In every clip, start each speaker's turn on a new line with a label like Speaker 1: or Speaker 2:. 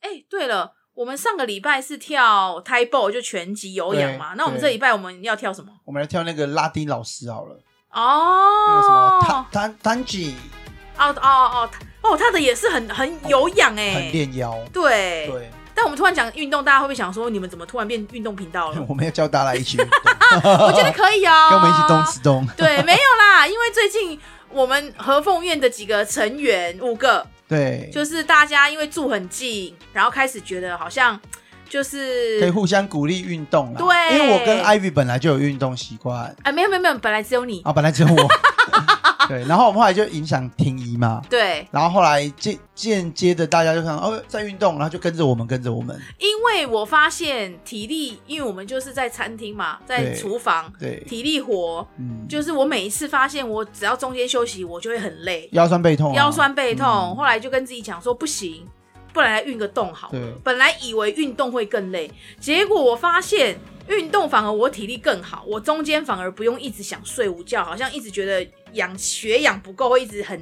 Speaker 1: 哎对了，我们上个礼拜是跳 t a i b o 就拳击有氧嘛，
Speaker 2: 对
Speaker 1: 那我们这
Speaker 2: 对
Speaker 1: 礼拜我们要跳什么？
Speaker 2: 我们来跳那个拉丁老师好了，那个什么
Speaker 1: 哦
Speaker 2: 弹，弹弹吉
Speaker 1: 哦哦哦哦，他的也是很很有氧哎、
Speaker 2: 很练腰，
Speaker 1: 对，
Speaker 2: 对，
Speaker 1: 但我们突然讲运动，大家会不会想说你们怎么突然变运动频道了？
Speaker 2: 我们要教大家一起运动，
Speaker 1: 我觉得可以 哦，
Speaker 2: 跟我们一起动吃动，
Speaker 1: 对，没有啦，因为最近我们和凤院的几个成员五个，
Speaker 2: 对，
Speaker 1: 就是大家因为住很近，然后开始觉得好像就是
Speaker 2: 可以互相鼓励运动啦。
Speaker 1: 对
Speaker 2: 因为我跟 Ivy 本来就有运动习惯
Speaker 1: 啊，没有没有没有，本来只有你，
Speaker 2: 啊，本来只 有我。对，然后我们后来就影响听一嘛，
Speaker 1: 对，
Speaker 2: 然后后来间间接的大家就想哦在运动，然后就跟着我们跟着我们，
Speaker 1: 因为我发现体力，因为我们就是在餐厅嘛，在
Speaker 2: 对
Speaker 1: 厨房，
Speaker 2: 对，
Speaker 1: 体力活，
Speaker 2: 嗯，
Speaker 1: 就是我每一次发现我只要中间休息，我就会很累，
Speaker 2: 腰酸背痛、啊，
Speaker 1: 腰酸背痛，
Speaker 2: 嗯
Speaker 1: 后来就跟自己讲说不行，不然来运个动好
Speaker 2: 对
Speaker 1: 了。本来以为运动会更累，结果我发现运动反而我体力更好，我中间反而不用一直想睡午觉，好像一直觉得氧血氧不够，会一直很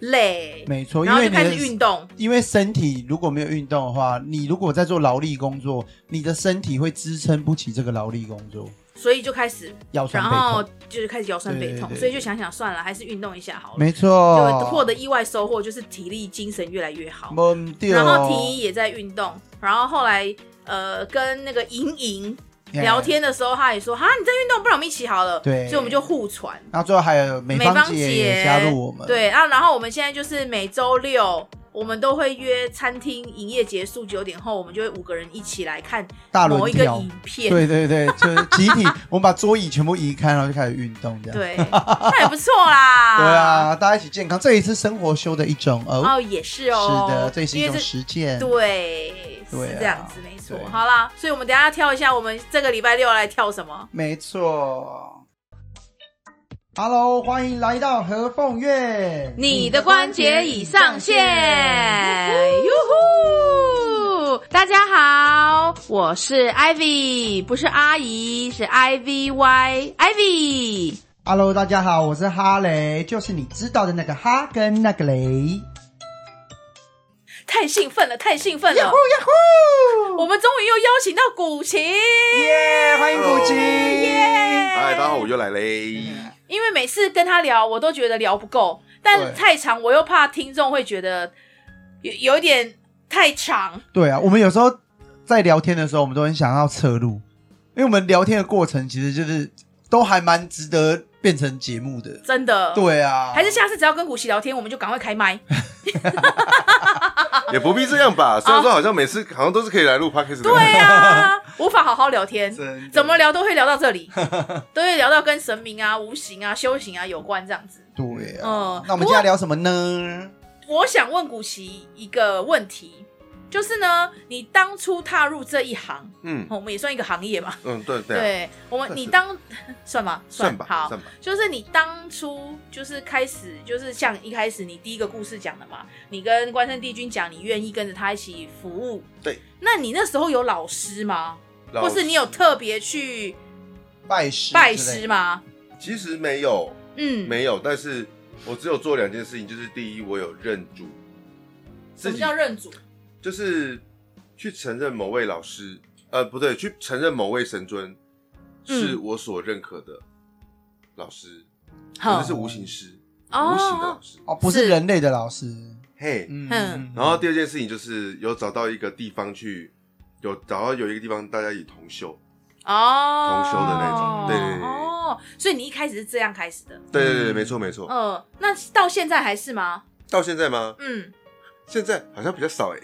Speaker 1: 累，
Speaker 2: 没错，因
Speaker 1: 然后
Speaker 2: 为
Speaker 1: 就
Speaker 2: 你
Speaker 1: 开
Speaker 2: 的
Speaker 1: 始运动。
Speaker 2: 因为身体如果没有运动的话，你如果在做劳力工作，你的身体会支撑不起这个劳力工作，
Speaker 1: 所以就开始，
Speaker 2: 腰酸
Speaker 1: 然
Speaker 2: 背痛。
Speaker 1: 后就是开始腰酸背
Speaker 2: 对
Speaker 1: 痛，
Speaker 2: 对对
Speaker 1: 所以就想想算了，还是运动一下好了。
Speaker 2: 没
Speaker 1: 就
Speaker 2: 错，
Speaker 1: 获得意外收获，就是体力、精神越来越好。
Speaker 2: 没对
Speaker 1: 然后婷宜也在运动，然后后来呃跟那个莹莹聊。
Speaker 2: 哎
Speaker 1: 天的时候，她也说哈你在运动，不然我们一起好了。
Speaker 2: 对
Speaker 1: 所以我们就互传。
Speaker 2: 然后最后还有美
Speaker 1: 美芳
Speaker 2: 芳姐也加入我们，
Speaker 1: 对啊，然后我们现在就是每周六。我们都会约餐厅营业结束九点后，我们就会五个人一起来看
Speaker 2: 大
Speaker 1: 某
Speaker 2: 轮
Speaker 1: 一个
Speaker 2: 跳
Speaker 1: 影，片。
Speaker 2: 对对对，就是集体，我们把桌椅全部移开，然后就开始运动这样。
Speaker 1: 对，那也不错啦。
Speaker 2: 对啊，大家一起健康，这也是生活修的一种哦。
Speaker 1: 哦，也是哦，
Speaker 2: 是的，这也是一
Speaker 1: 因为
Speaker 2: 种实践。
Speaker 1: 对，
Speaker 2: 对
Speaker 1: 是
Speaker 2: 啊
Speaker 1: 这样子，没错。
Speaker 2: 对
Speaker 1: 好啦，所以我们等一下跳一下，我们这个礼拜六来跳什么？
Speaker 2: 没错。Hello，欢迎来到和凤月，
Speaker 1: 你的关节已上线，哟呼！大家好，我是 Ivy，不是阿姨，是 I V Y Ivy。
Speaker 2: Hello，大家好，我是哈雷，就是你知道的那个哈跟那个雷。
Speaker 1: 太兴奋了，太兴奋了！
Speaker 2: 呼
Speaker 1: 我们终于又邀请到古琴，
Speaker 2: 耶！欢迎古琴。
Speaker 1: 耶
Speaker 3: 嗨，哎大家好，我又来嘞。
Speaker 1: 因为每次跟他聊，我都觉得聊不够，但
Speaker 2: 对
Speaker 1: 太长我又怕听众会觉得有有一点太长。
Speaker 2: 对啊，我们有时候在聊天的时候，我们都很想要侧录，因为我们聊天的过程其实就是都还蛮值得变成节目的。
Speaker 1: 真的。。
Speaker 2: 对啊，
Speaker 1: 还是下次只要跟古奇聊天，我们就赶快开 麦。
Speaker 3: 也不必这样吧，虽然说好像每次好像都是可以来录 podcast 的。
Speaker 1: 哦对呀、无法好好聊天，
Speaker 2: 真的
Speaker 1: 怎么聊都会聊到这 里，都会聊到跟神明啊、无形啊、修行啊有关这样子。
Speaker 2: 对啊。
Speaker 1: 嗯
Speaker 2: 那我们今天聊什么呢？
Speaker 1: 我想问古奇一个问题，就是呢，你当初踏入这一行，
Speaker 3: 嗯
Speaker 1: 我们也算一个行业嘛？
Speaker 3: 嗯，对对啊，
Speaker 1: 哦对，我们
Speaker 3: 算
Speaker 1: 你
Speaker 3: 是
Speaker 1: 当 算吗？
Speaker 3: 算吧，
Speaker 1: 好，
Speaker 3: 算吧。
Speaker 1: 就是你当初就是开始，就是像一开始你第一个故事讲的嘛，你跟关圣帝君讲你愿意跟着他一起服务，
Speaker 3: 对。
Speaker 1: 那你那时候有老师吗？
Speaker 3: 老
Speaker 1: 或
Speaker 3: 师
Speaker 1: 是你有特别去
Speaker 2: 拜师
Speaker 1: 拜
Speaker 2: 之类
Speaker 1: 师
Speaker 2: 的？
Speaker 1: 吗？
Speaker 3: 其实没有，
Speaker 1: 嗯，
Speaker 3: 没有，但是我只有做两件事情，就是第一，我有认主，
Speaker 1: 什
Speaker 3: 自
Speaker 1: 么
Speaker 3: 己
Speaker 1: 叫认主？
Speaker 3: 就是去承认某位老师，呃，不对，去承认某位神尊
Speaker 1: 嗯
Speaker 3: 是我所认可的老师，可是是无形师，无形的老师。
Speaker 2: 哦，不是
Speaker 1: 是
Speaker 2: 人类的老师。
Speaker 3: 嘿，
Speaker 2: 嗯
Speaker 1: 嗯
Speaker 3: 然后第二件事情就是有找到一个地方去，有找到有一个地方大家以同修，
Speaker 1: 哦，
Speaker 3: 同修的那
Speaker 2: 种对对
Speaker 3: 对
Speaker 1: 哦，所以你一开始是这样开始的，
Speaker 3: 对对对，
Speaker 2: 嗯
Speaker 3: 没错没错。
Speaker 1: 呃，那到现在还是吗？
Speaker 3: 到现在吗？
Speaker 1: 嗯，
Speaker 3: 现在好像比较少哎、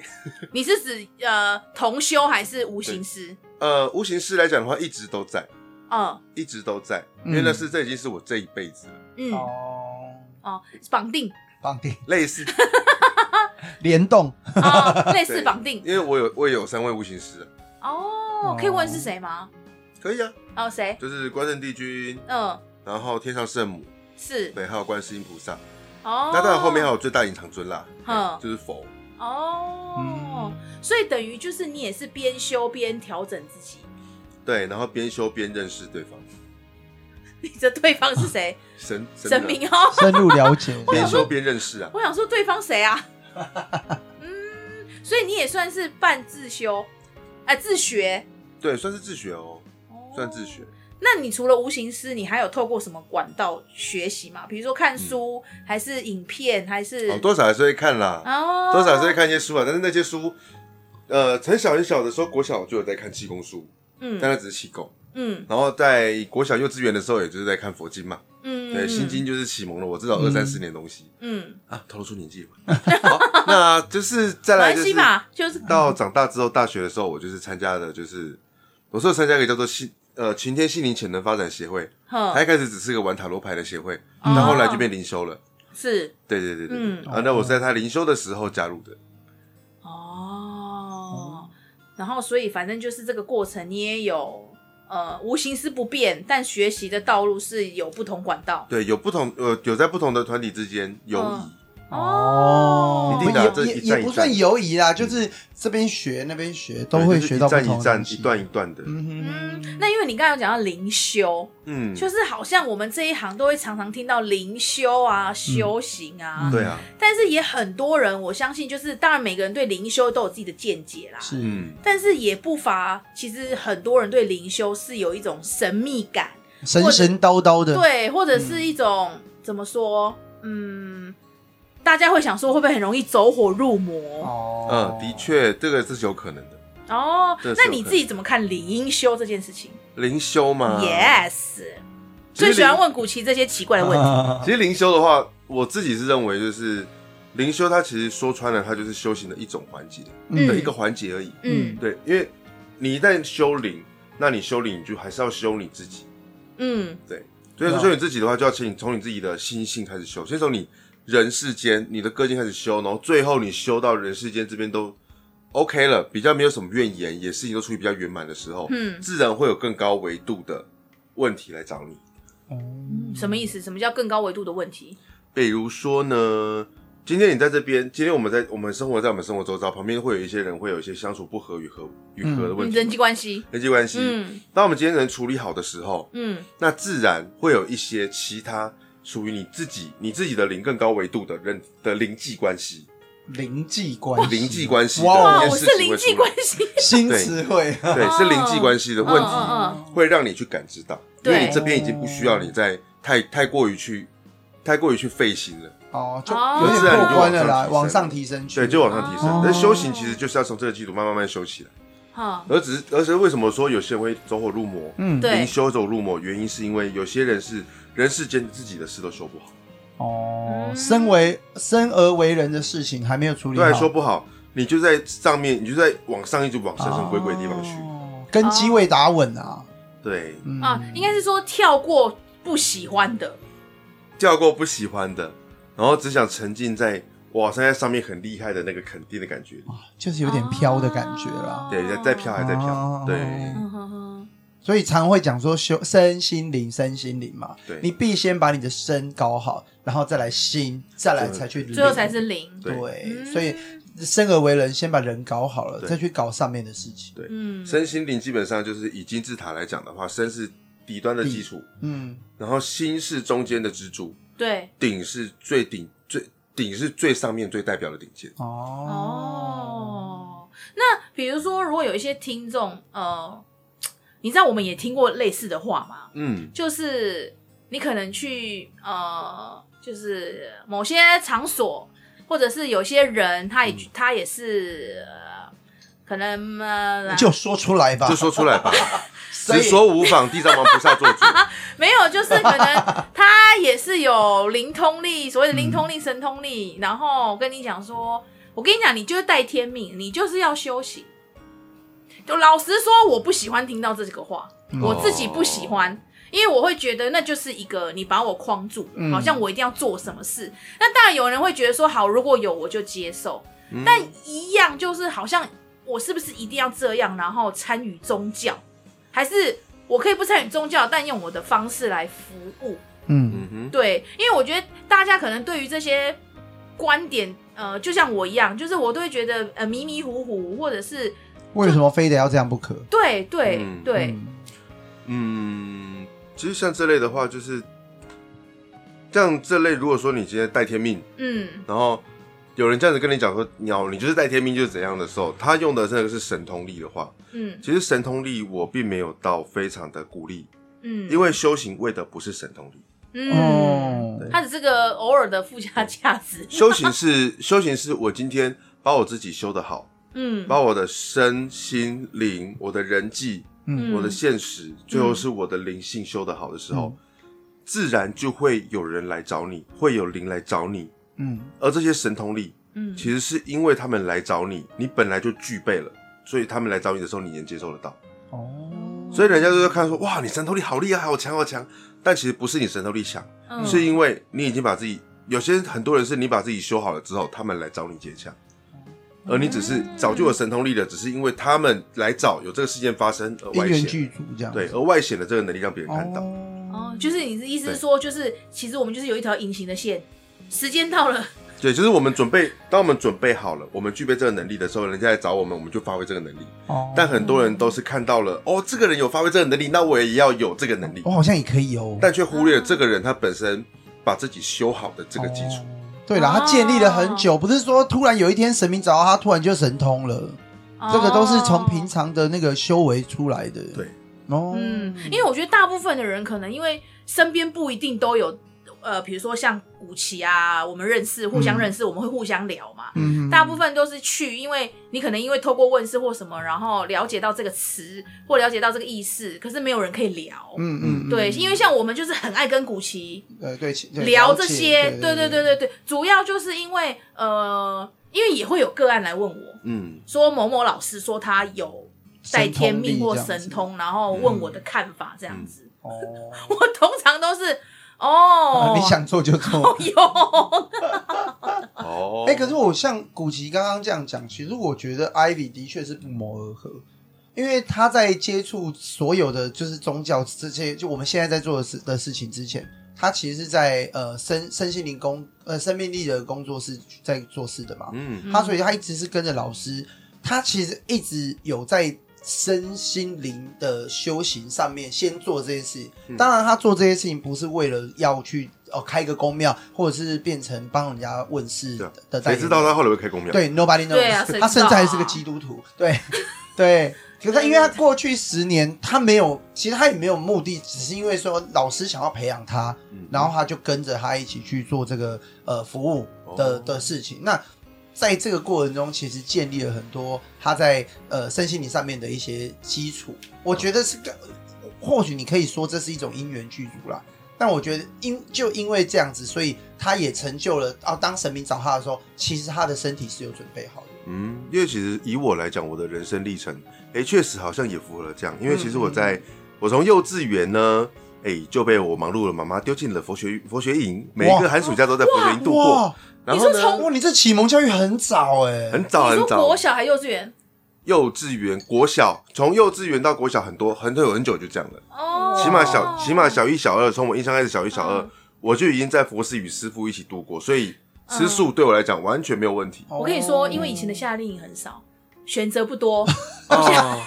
Speaker 1: 你是指呃同修还是无形师？
Speaker 3: 呃，无形师来讲的话，一直都在，
Speaker 1: 嗯
Speaker 3: 一直都在，
Speaker 2: 嗯
Speaker 3: 因为那是这已经是我这一辈子了，
Speaker 1: 嗯，
Speaker 2: 哦，
Speaker 1: 哦，绑定
Speaker 2: 绑定
Speaker 3: 类似，
Speaker 2: 联动，
Speaker 1: 哦，类似
Speaker 3: 对
Speaker 1: 绑定
Speaker 3: 因为我有我也有三位无形师啊，
Speaker 1: 哦，可以问是谁吗？
Speaker 3: 可以啊，
Speaker 1: 哦，谁？
Speaker 3: 就是关圣帝君，
Speaker 1: 嗯，
Speaker 3: 然后天上圣母，
Speaker 1: 是
Speaker 3: 对，还有观世音菩萨，
Speaker 1: 哦。
Speaker 3: 那当然后面还有最大隐藏尊啦，
Speaker 1: 嗯
Speaker 3: 对就是佛，
Speaker 1: 哦，所以等于就是你也是边修边调整自己。
Speaker 3: 对，然后边修边认识对方，
Speaker 1: 你的对方是 谁？
Speaker 3: 神
Speaker 1: 神
Speaker 3: 神啊的
Speaker 1: 明哦。
Speaker 2: 深入了解。
Speaker 3: 边修边认识啊，
Speaker 1: 我想说对方谁啊？嗯，所以你也算是半自修，哎、自学，
Speaker 3: 对，算是自学哦，算自
Speaker 1: 哦
Speaker 3: 学。
Speaker 1: 那你除了无形师，你还有透过什么管道学习吗？比如说看书，还是影片，还是
Speaker 3: 嗯哦，多少还是会看啦，
Speaker 1: 哦
Speaker 3: 多少还是会看一些书啊。但是那些书，呃，很小很小的时候，国小就有在看气功书，但
Speaker 1: 嗯
Speaker 3: 那只是气功。
Speaker 1: 嗯
Speaker 3: 然后在国小幼稚园的时候，也就是在看佛经嘛，
Speaker 1: 嗯，
Speaker 3: 对，《心经》就是启蒙了我至少二三
Speaker 2: 嗯
Speaker 3: 十年的东西
Speaker 1: 嗯，
Speaker 3: 啊，透露出年纪了。 好，那就是再
Speaker 1: 没
Speaker 3: 来
Speaker 1: 关
Speaker 3: 就
Speaker 1: 系
Speaker 3: 是
Speaker 1: 吧，就是嗯
Speaker 3: 到长大之后，大学的时候，我就是参加的，就是我是有参加一个叫做心呃晴天心灵潜能发展协会，
Speaker 1: 哼
Speaker 3: 它一开始只是个玩塔罗牌的协会，
Speaker 1: 嗯
Speaker 3: 但后来就变灵修了。
Speaker 1: 是
Speaker 3: 对对对对，
Speaker 1: 嗯
Speaker 3: 啊，那我是在他灵修的时候加入的，
Speaker 1: 哦，然后所以反正就是这个过程，你也有呃无形师不变，但学习的道路是有不同管道
Speaker 3: 对，有不同呃有在不同的团体之间友
Speaker 1: 嗯
Speaker 3: 谊，
Speaker 1: 哦
Speaker 3: 一定的啊这
Speaker 2: 也也
Speaker 3: 一站
Speaker 2: 也
Speaker 3: 一
Speaker 2: 不
Speaker 3: 站
Speaker 2: 算游移啦，就是这边学那边学，都
Speaker 3: 对
Speaker 2: 会
Speaker 3: 就是
Speaker 2: 学到
Speaker 3: 一
Speaker 2: 不
Speaker 3: 站
Speaker 2: 同
Speaker 3: 一
Speaker 2: 的
Speaker 3: 站
Speaker 2: 东
Speaker 3: 一
Speaker 2: 西。
Speaker 3: 段一段的，
Speaker 2: 嗯哼
Speaker 1: 嗯
Speaker 2: 哼，
Speaker 1: 那因为你刚才有讲到灵修，
Speaker 3: 嗯，
Speaker 1: 就是好像我们这一行都会常常听到灵修啊、修行啊，
Speaker 2: 嗯
Speaker 3: 对啊，
Speaker 1: 但是也很多人，我相信就是当然每个人对灵修都有自己的见解啦，
Speaker 2: 是
Speaker 3: 嗯，
Speaker 1: 但是也不乏其实很多人对灵修是有一种神秘感，
Speaker 2: 神神叨叨的，
Speaker 1: 对，或者是一种、怎么说，嗯，大家会想说会不会很容易走火入魔？
Speaker 2: 哦
Speaker 3: 嗯，的，确这个是有可能的。
Speaker 1: 哦，
Speaker 3: 这是
Speaker 1: 那
Speaker 3: 有
Speaker 1: 你
Speaker 3: 可
Speaker 1: 自己怎么看灵音修这件事情、
Speaker 3: 灵修
Speaker 2: 嗯
Speaker 3: 嘛
Speaker 1: y e s
Speaker 3: 其实
Speaker 1: 最喜欢
Speaker 3: 灵
Speaker 1: 问古奇这些奇怪的问题。
Speaker 2: 哦
Speaker 3: 其实灵修的话，我自己是认为就是灵修，它其实说穿了，它就是修行的一种环节
Speaker 2: 嗯
Speaker 3: 的嗯一个环节而已。
Speaker 1: 嗯
Speaker 3: 对，因为你一旦修灵，那你修灵你就还是要修你自己。
Speaker 1: 嗯
Speaker 3: 对，所以说修你自己的话，就要请你从你自己的心性开始修，先从你人世间你的个性开始修，然后最后你修到人世间这边都 OK 了，比较没有什么怨言，也事情都处理比较圆满的时候，
Speaker 1: 嗯
Speaker 3: 自然会有更高维度的问题来找你。
Speaker 1: 嗯，什么意思？什么叫更高维度的问题？
Speaker 3: 比如说呢，今天你在这边，今天我们在我们生活在我们生活周遭，旁边会有一些人会有一些相处不合与合与合的问
Speaker 1: 嗯，
Speaker 3: 题，
Speaker 1: 人际关系。
Speaker 3: 人际关系。
Speaker 1: 嗯
Speaker 3: 当我们今天能处理好的时候，
Speaker 1: 嗯
Speaker 3: 那自然会有一些其他属于你自己、你自己的灵更高维度的人的灵际关系、
Speaker 2: 灵际关系，
Speaker 3: 灵际关系的
Speaker 2: 哇
Speaker 1: 哇，
Speaker 3: 一
Speaker 1: 我
Speaker 3: 些事
Speaker 1: 是
Speaker 3: 情
Speaker 1: 灵
Speaker 3: 会
Speaker 1: 际
Speaker 3: 出
Speaker 1: 关
Speaker 3: 来。
Speaker 1: 系。
Speaker 2: 新词汇，
Speaker 3: 对，是灵际关系 的
Speaker 1: 嗯
Speaker 3: 问题，
Speaker 1: 嗯
Speaker 3: 会让你去感知到，因
Speaker 1: 对
Speaker 3: 为你这边已经不需要你再太太过于去太过于去费心了。
Speaker 2: 哦，就
Speaker 1: 哦
Speaker 2: 有点过关了啦，
Speaker 3: 自然就
Speaker 2: 往
Speaker 3: 往
Speaker 2: 上
Speaker 3: 上
Speaker 2: 提升去，
Speaker 3: 对，就往上提
Speaker 2: 哦
Speaker 3: 升。但是修行其实就是要从这个基础慢慢慢慢修起来。
Speaker 1: 哈，
Speaker 3: 而只是，而且为什么说有些人会走火入魔？
Speaker 2: 嗯，
Speaker 1: 对
Speaker 3: 灵修走入魔，原因是因为有些人是人世间自己的事都修不好，
Speaker 2: 哦，
Speaker 1: 嗯
Speaker 2: 身为生而为人的事情还没有处理
Speaker 3: 对，啊
Speaker 2: 好，
Speaker 3: 修不好，你就在上面，你就在往上一直往神神鬼鬼的地方去。
Speaker 2: 哦啊跟机位打稳啊，
Speaker 3: 对，
Speaker 2: 嗯
Speaker 1: 哦啊，应该是说跳过不喜欢的。
Speaker 3: 跳过不喜欢的，然后只想沉浸在哇，现在上面很厉害的那个肯定的感觉里。
Speaker 2: 就是有点飘的感觉啦，
Speaker 3: 对，在在飘还在
Speaker 2: 哦
Speaker 3: 飘，对
Speaker 1: 嗯哼哼，
Speaker 2: 所以常会讲说修身心灵，身心灵嘛，
Speaker 3: 对
Speaker 2: 你必先把你的身搞好，然后再来心，再来才去灵
Speaker 1: 最后才是零。
Speaker 3: 对
Speaker 2: 对，
Speaker 1: 嗯
Speaker 2: 所以生而为人，先把人搞好了，
Speaker 3: 对
Speaker 2: 再去搞上面的事情，
Speaker 3: 对。
Speaker 1: 嗯，
Speaker 3: 身心灵基本上就是以金字塔来讲的话，身是底端的基础，
Speaker 2: 嗯，
Speaker 3: 然后心是中间的支柱，
Speaker 1: 对，
Speaker 3: 顶是最顶最顶是最上面最代表的顶尖。
Speaker 2: 哦，
Speaker 1: 哦，那比如说，如果有一些听众，呃，你知道我们也听过类似的话吗？
Speaker 3: 嗯，
Speaker 1: 就是你可能去呃，就是某些场所，或者是有些人，他也、他也是、呃、可能呃
Speaker 2: 就说出来吧，
Speaker 3: 就说出来吧，
Speaker 2: 所
Speaker 3: 直
Speaker 2: 以
Speaker 3: 说无妨，地藏王菩萨做 主。
Speaker 1: 没有，就是可能他也是有灵通力，所谓的灵通力、神通力，然后跟你讲说，我跟你讲，你就是带天命，你就是要修行。就老实说，我不喜欢听到这个话，
Speaker 2: 嗯
Speaker 1: 我自己不喜欢。因为我会觉得那就是一个你把我框住了，
Speaker 2: 嗯
Speaker 1: 好像我一定要做什么事。那当然有人会觉得说，好，如果有我就接受，
Speaker 3: 嗯
Speaker 1: 但一样就是好像我是不是一定要这样，然后参与宗教，还是我可以不参与宗教，但用我的方式来服务？
Speaker 2: 嗯，
Speaker 3: 嗯哼，
Speaker 1: 对，因为我觉得大家可能对于这些观点，呃，就像我一样，就是我都会觉得呃迷迷糊糊，或者是
Speaker 2: 为什么非得要这样不可？
Speaker 1: 对对、
Speaker 3: 嗯
Speaker 1: 对，
Speaker 2: 嗯
Speaker 3: 嗯，其实像这类的话，就是像这类，如果说你今天带天命，
Speaker 1: 嗯
Speaker 3: 然后有人这样子跟你讲说鸟，你就是带天命就是怎样的时候，他用的那个是神通力的话，
Speaker 1: 嗯
Speaker 3: 其实神通力我并没有到非常的鼓励，
Speaker 1: 嗯，
Speaker 3: 因为修行为的不是神通力，
Speaker 1: 嗯，
Speaker 2: 哦，
Speaker 1: 它只是个偶尔的附加价值，
Speaker 3: 修行是 修行是我今天把我自己修得好，
Speaker 1: 嗯，
Speaker 3: 把我的身心灵、我的人际、
Speaker 2: 嗯
Speaker 3: 我的现实，最后是我的灵性修得好的时
Speaker 1: 嗯
Speaker 3: 候，自然就会有人来找你，会有灵来找你，
Speaker 2: 嗯，
Speaker 3: 而这些神通力
Speaker 1: 嗯
Speaker 3: 其实是因为他们来找你，你本来就具备了，所以他们来找你的时候，你能接受得到。
Speaker 2: 哦，
Speaker 3: 所以人家就会看说，哇，你神透力好厉害，好强，好强。但其实不是你神透力强，
Speaker 1: 嗯
Speaker 3: 是因为你已经把自己，有些很多人是你把自己修好了之后，他们来找你接洽，而你只是早就有神通力了，只是因为他们来找有这个事件发生而
Speaker 2: 因
Speaker 3: 外
Speaker 2: 缘
Speaker 3: 显，
Speaker 2: 具足这样子，
Speaker 3: 对，而外显的这个能力让别人看到。
Speaker 1: 哦
Speaker 2: 哦，，
Speaker 1: 就是你的意思是
Speaker 3: 对
Speaker 1: 说，就是其实我们就是有一条隐形的线，时间到了，
Speaker 3: 对，就是我们准备，当我们准备好了，我们具备这个能力的时候，人家来找我们，我们就发挥这个能力。
Speaker 2: 哦
Speaker 3: 但很多人都是看到了，哦，这个人有发挥这个能力，那我也要有这个能力
Speaker 2: 我，好像也可以哦，
Speaker 3: 但却忽略了这个人他本身把自己修好的这个基础。
Speaker 2: 哦。对啦，他建立了很久，不是说突然有一天神明找到他，突然就神通了。 这个都是从平
Speaker 1: 哦。
Speaker 2: 常的那个修为出来的。
Speaker 3: 对，
Speaker 2: 哦，
Speaker 1: 嗯，因为我觉得大部分的人可能因为身边不一定都有，呃，比如说像古奇啊，我们认识，互相认识，我们会互相聊嘛。
Speaker 2: 嗯
Speaker 1: 大部分都是去，因为你可能因为透过问世或什么，然后了解到这个词或了解到这个意思，可是没有人可以聊。
Speaker 2: 嗯嗯，
Speaker 1: 对，因为像我们就是很爱跟古奇
Speaker 2: 呃对其对
Speaker 1: 聊
Speaker 2: 了
Speaker 1: 这
Speaker 2: 解
Speaker 1: 些，对
Speaker 2: 对
Speaker 1: 对对对对，主要就是因为呃，因为也会有个案来问我
Speaker 3: 嗯，
Speaker 1: 说某某老师说他有带
Speaker 2: 神通
Speaker 1: 天命
Speaker 2: 力
Speaker 1: 或
Speaker 2: 这样子嗯
Speaker 1: 神通，然后问我的看法这
Speaker 3: 嗯
Speaker 1: 样子，
Speaker 2: 哦，
Speaker 1: 我通常都是哦，
Speaker 2: 啊你想做就做。
Speaker 1: 有，
Speaker 3: 哦，
Speaker 2: 哎，可是我像古奇刚刚这样讲，其实我觉得 Ivy 的确是不谋而合。因为他在接触所有的就是宗教这些，就我们现在在做的事的事情之前，他其实是在呃身身心灵工呃生命力的工作室在做事的嘛。
Speaker 3: 嗯，
Speaker 2: 他所以他一直是跟着老师，他其实一直有在身心灵的修行上面先做这些事情。
Speaker 3: 嗯
Speaker 2: 当然，他做这些事情不是为了要去哦开个公庙，或者是变成帮人家问世
Speaker 3: 对啊
Speaker 2: 的的代
Speaker 3: 谁
Speaker 2: 言
Speaker 3: 知
Speaker 2: 人。
Speaker 3: 道他后来会开公庙？，
Speaker 2: 对，nobody
Speaker 1: 对啊谁
Speaker 2: knows，
Speaker 1: 知
Speaker 2: 他甚至
Speaker 1: 道啊
Speaker 2: 还是个基督徒。对 对，可是因为他过去十年，他没有，其实他也没有目的，只是因为说老师想要培养他，
Speaker 3: 嗯
Speaker 2: 然后他就跟着他一起去做这个呃服务的
Speaker 3: 哦
Speaker 2: 的事情。那在这个过程中，其实建立了很多他在呃身心灵上面的一些基础。我觉得是个，或许你可以说这是一种因缘具足啦。但我觉得因就因为这样子，所以他也成就了啊。当神明找他的时候，其实他的身体是有准备好的。
Speaker 3: 嗯，因为其实以我来讲，我的人生历程，哎，确实好像也符合了这样。因为其实我在，我从幼稚园呢，哎，就被我忙碌的妈妈丢进了佛学佛学营，每一个寒暑假都在佛学营度过。
Speaker 2: 哇
Speaker 3: 然后
Speaker 1: 你说从
Speaker 3: 呢，
Speaker 2: 哇，你这启蒙教育很早哎、
Speaker 3: 很早
Speaker 1: 你说
Speaker 3: 很
Speaker 1: 国
Speaker 3: 嗯早，
Speaker 1: 小还幼稚园
Speaker 3: 幼稚园、国小，从幼稚园到国小，很多很久很久就这样了。
Speaker 1: 哦，
Speaker 3: 起码小起码小一、小二，从我印象开始，小一、小二
Speaker 1: 嗯，
Speaker 3: 我就已经在佛寺与师傅一起度过，所以吃素对我来讲完全没有问题。
Speaker 1: 我跟你
Speaker 2: 哦
Speaker 1: 说，因为以前的夏令营很少，选 择不多，
Speaker 3: 哦，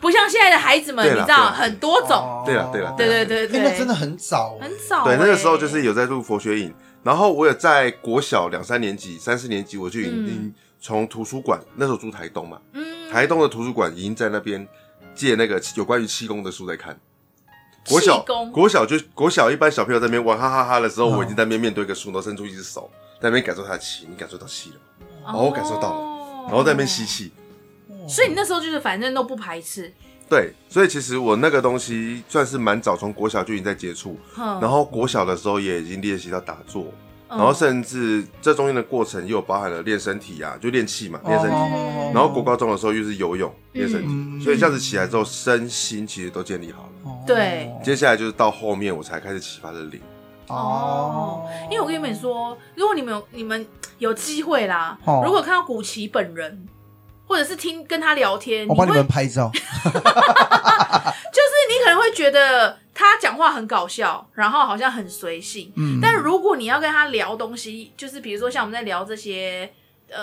Speaker 1: 不像现在的孩子们，
Speaker 3: 对
Speaker 1: 你
Speaker 3: 啦
Speaker 1: 知道
Speaker 3: 对啦
Speaker 1: 很多种。
Speaker 3: 对啦对啦
Speaker 1: 对对对
Speaker 2: 因
Speaker 1: 对，
Speaker 2: 为哦那真的很早、
Speaker 1: 很早欸。
Speaker 3: 对，那个时候就是有在入佛学营，然后我也在国小两三年级、三四年级，我就已经
Speaker 1: 嗯
Speaker 3: 从图书馆，那时候住台东嘛，
Speaker 1: 嗯，
Speaker 3: 台东的图书馆已经在那边借那个有关于气功的书在看。国小
Speaker 1: 气功
Speaker 3: 国小就国小一般小朋友在那边玩哈哈哈的时候，
Speaker 2: 嗯
Speaker 3: 我已经在那边面对一个书，然后伸出一只手，在那边感受他的气，你感受到气了吗，哦我感受到
Speaker 1: 了
Speaker 3: 然后在那边吸。气。
Speaker 1: 所以你那时候就是反正都不排斥，
Speaker 3: 对，所以其实我那个东西算是蛮早，从国小就已经在接触，然
Speaker 1: 然
Speaker 3: 后国小的时候也已经练习到打坐，
Speaker 1: 嗯
Speaker 3: 然后甚至这中间的过程又包含了练身体啊，就练气嘛，练身体。
Speaker 1: 哦
Speaker 3: 然后国高中的时候又是游泳练身
Speaker 2: 嗯
Speaker 3: 体，所以这样子起来之后，身心其实都建立好了。
Speaker 1: 对
Speaker 2: 嗯
Speaker 3: 接下来就是到后面我才开始启发的灵，
Speaker 1: 哦，因为我跟你们说，如果你们有你们有机会啦，
Speaker 2: 哦
Speaker 1: 如果看到古奇本人，或者是听跟他聊天，
Speaker 2: 我帮你
Speaker 1: 会
Speaker 2: 们拍照，
Speaker 1: 就是你可能会觉得他讲话很搞笑，然后好像很随性，
Speaker 2: 嗯
Speaker 1: 但如果你要跟他聊东西，就是比如说像我们在聊这些呃，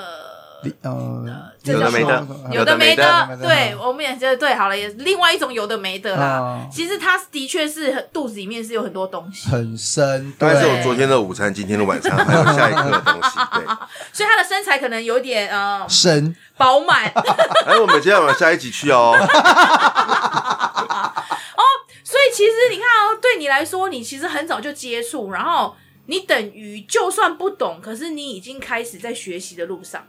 Speaker 2: 理呃，
Speaker 1: 这
Speaker 3: 有
Speaker 1: 叫
Speaker 3: 的
Speaker 1: 什
Speaker 3: 没
Speaker 1: 么？
Speaker 3: 的，
Speaker 1: 有
Speaker 3: 的
Speaker 1: 没
Speaker 2: 的
Speaker 1: 的，对，我们也觉得对，好了，也另外一种有的没的啦。
Speaker 2: 啊，
Speaker 1: 其实他的确是很肚子里面是有很多东西，
Speaker 2: 很深，
Speaker 3: 当然是
Speaker 2: 对，
Speaker 3: 我昨天的午餐，今天的晚餐，还有下一刻的东西。对，
Speaker 1: 所以他的身材可能有点呃
Speaker 2: 深，
Speaker 1: 饱 满，
Speaker 3: 哎，我们今天晚上下一集去哦。
Speaker 1: 所以其实你看哦，对你来说，你其实很早就接触，然后你等于就算不懂，可是你已经开始在学习的路上。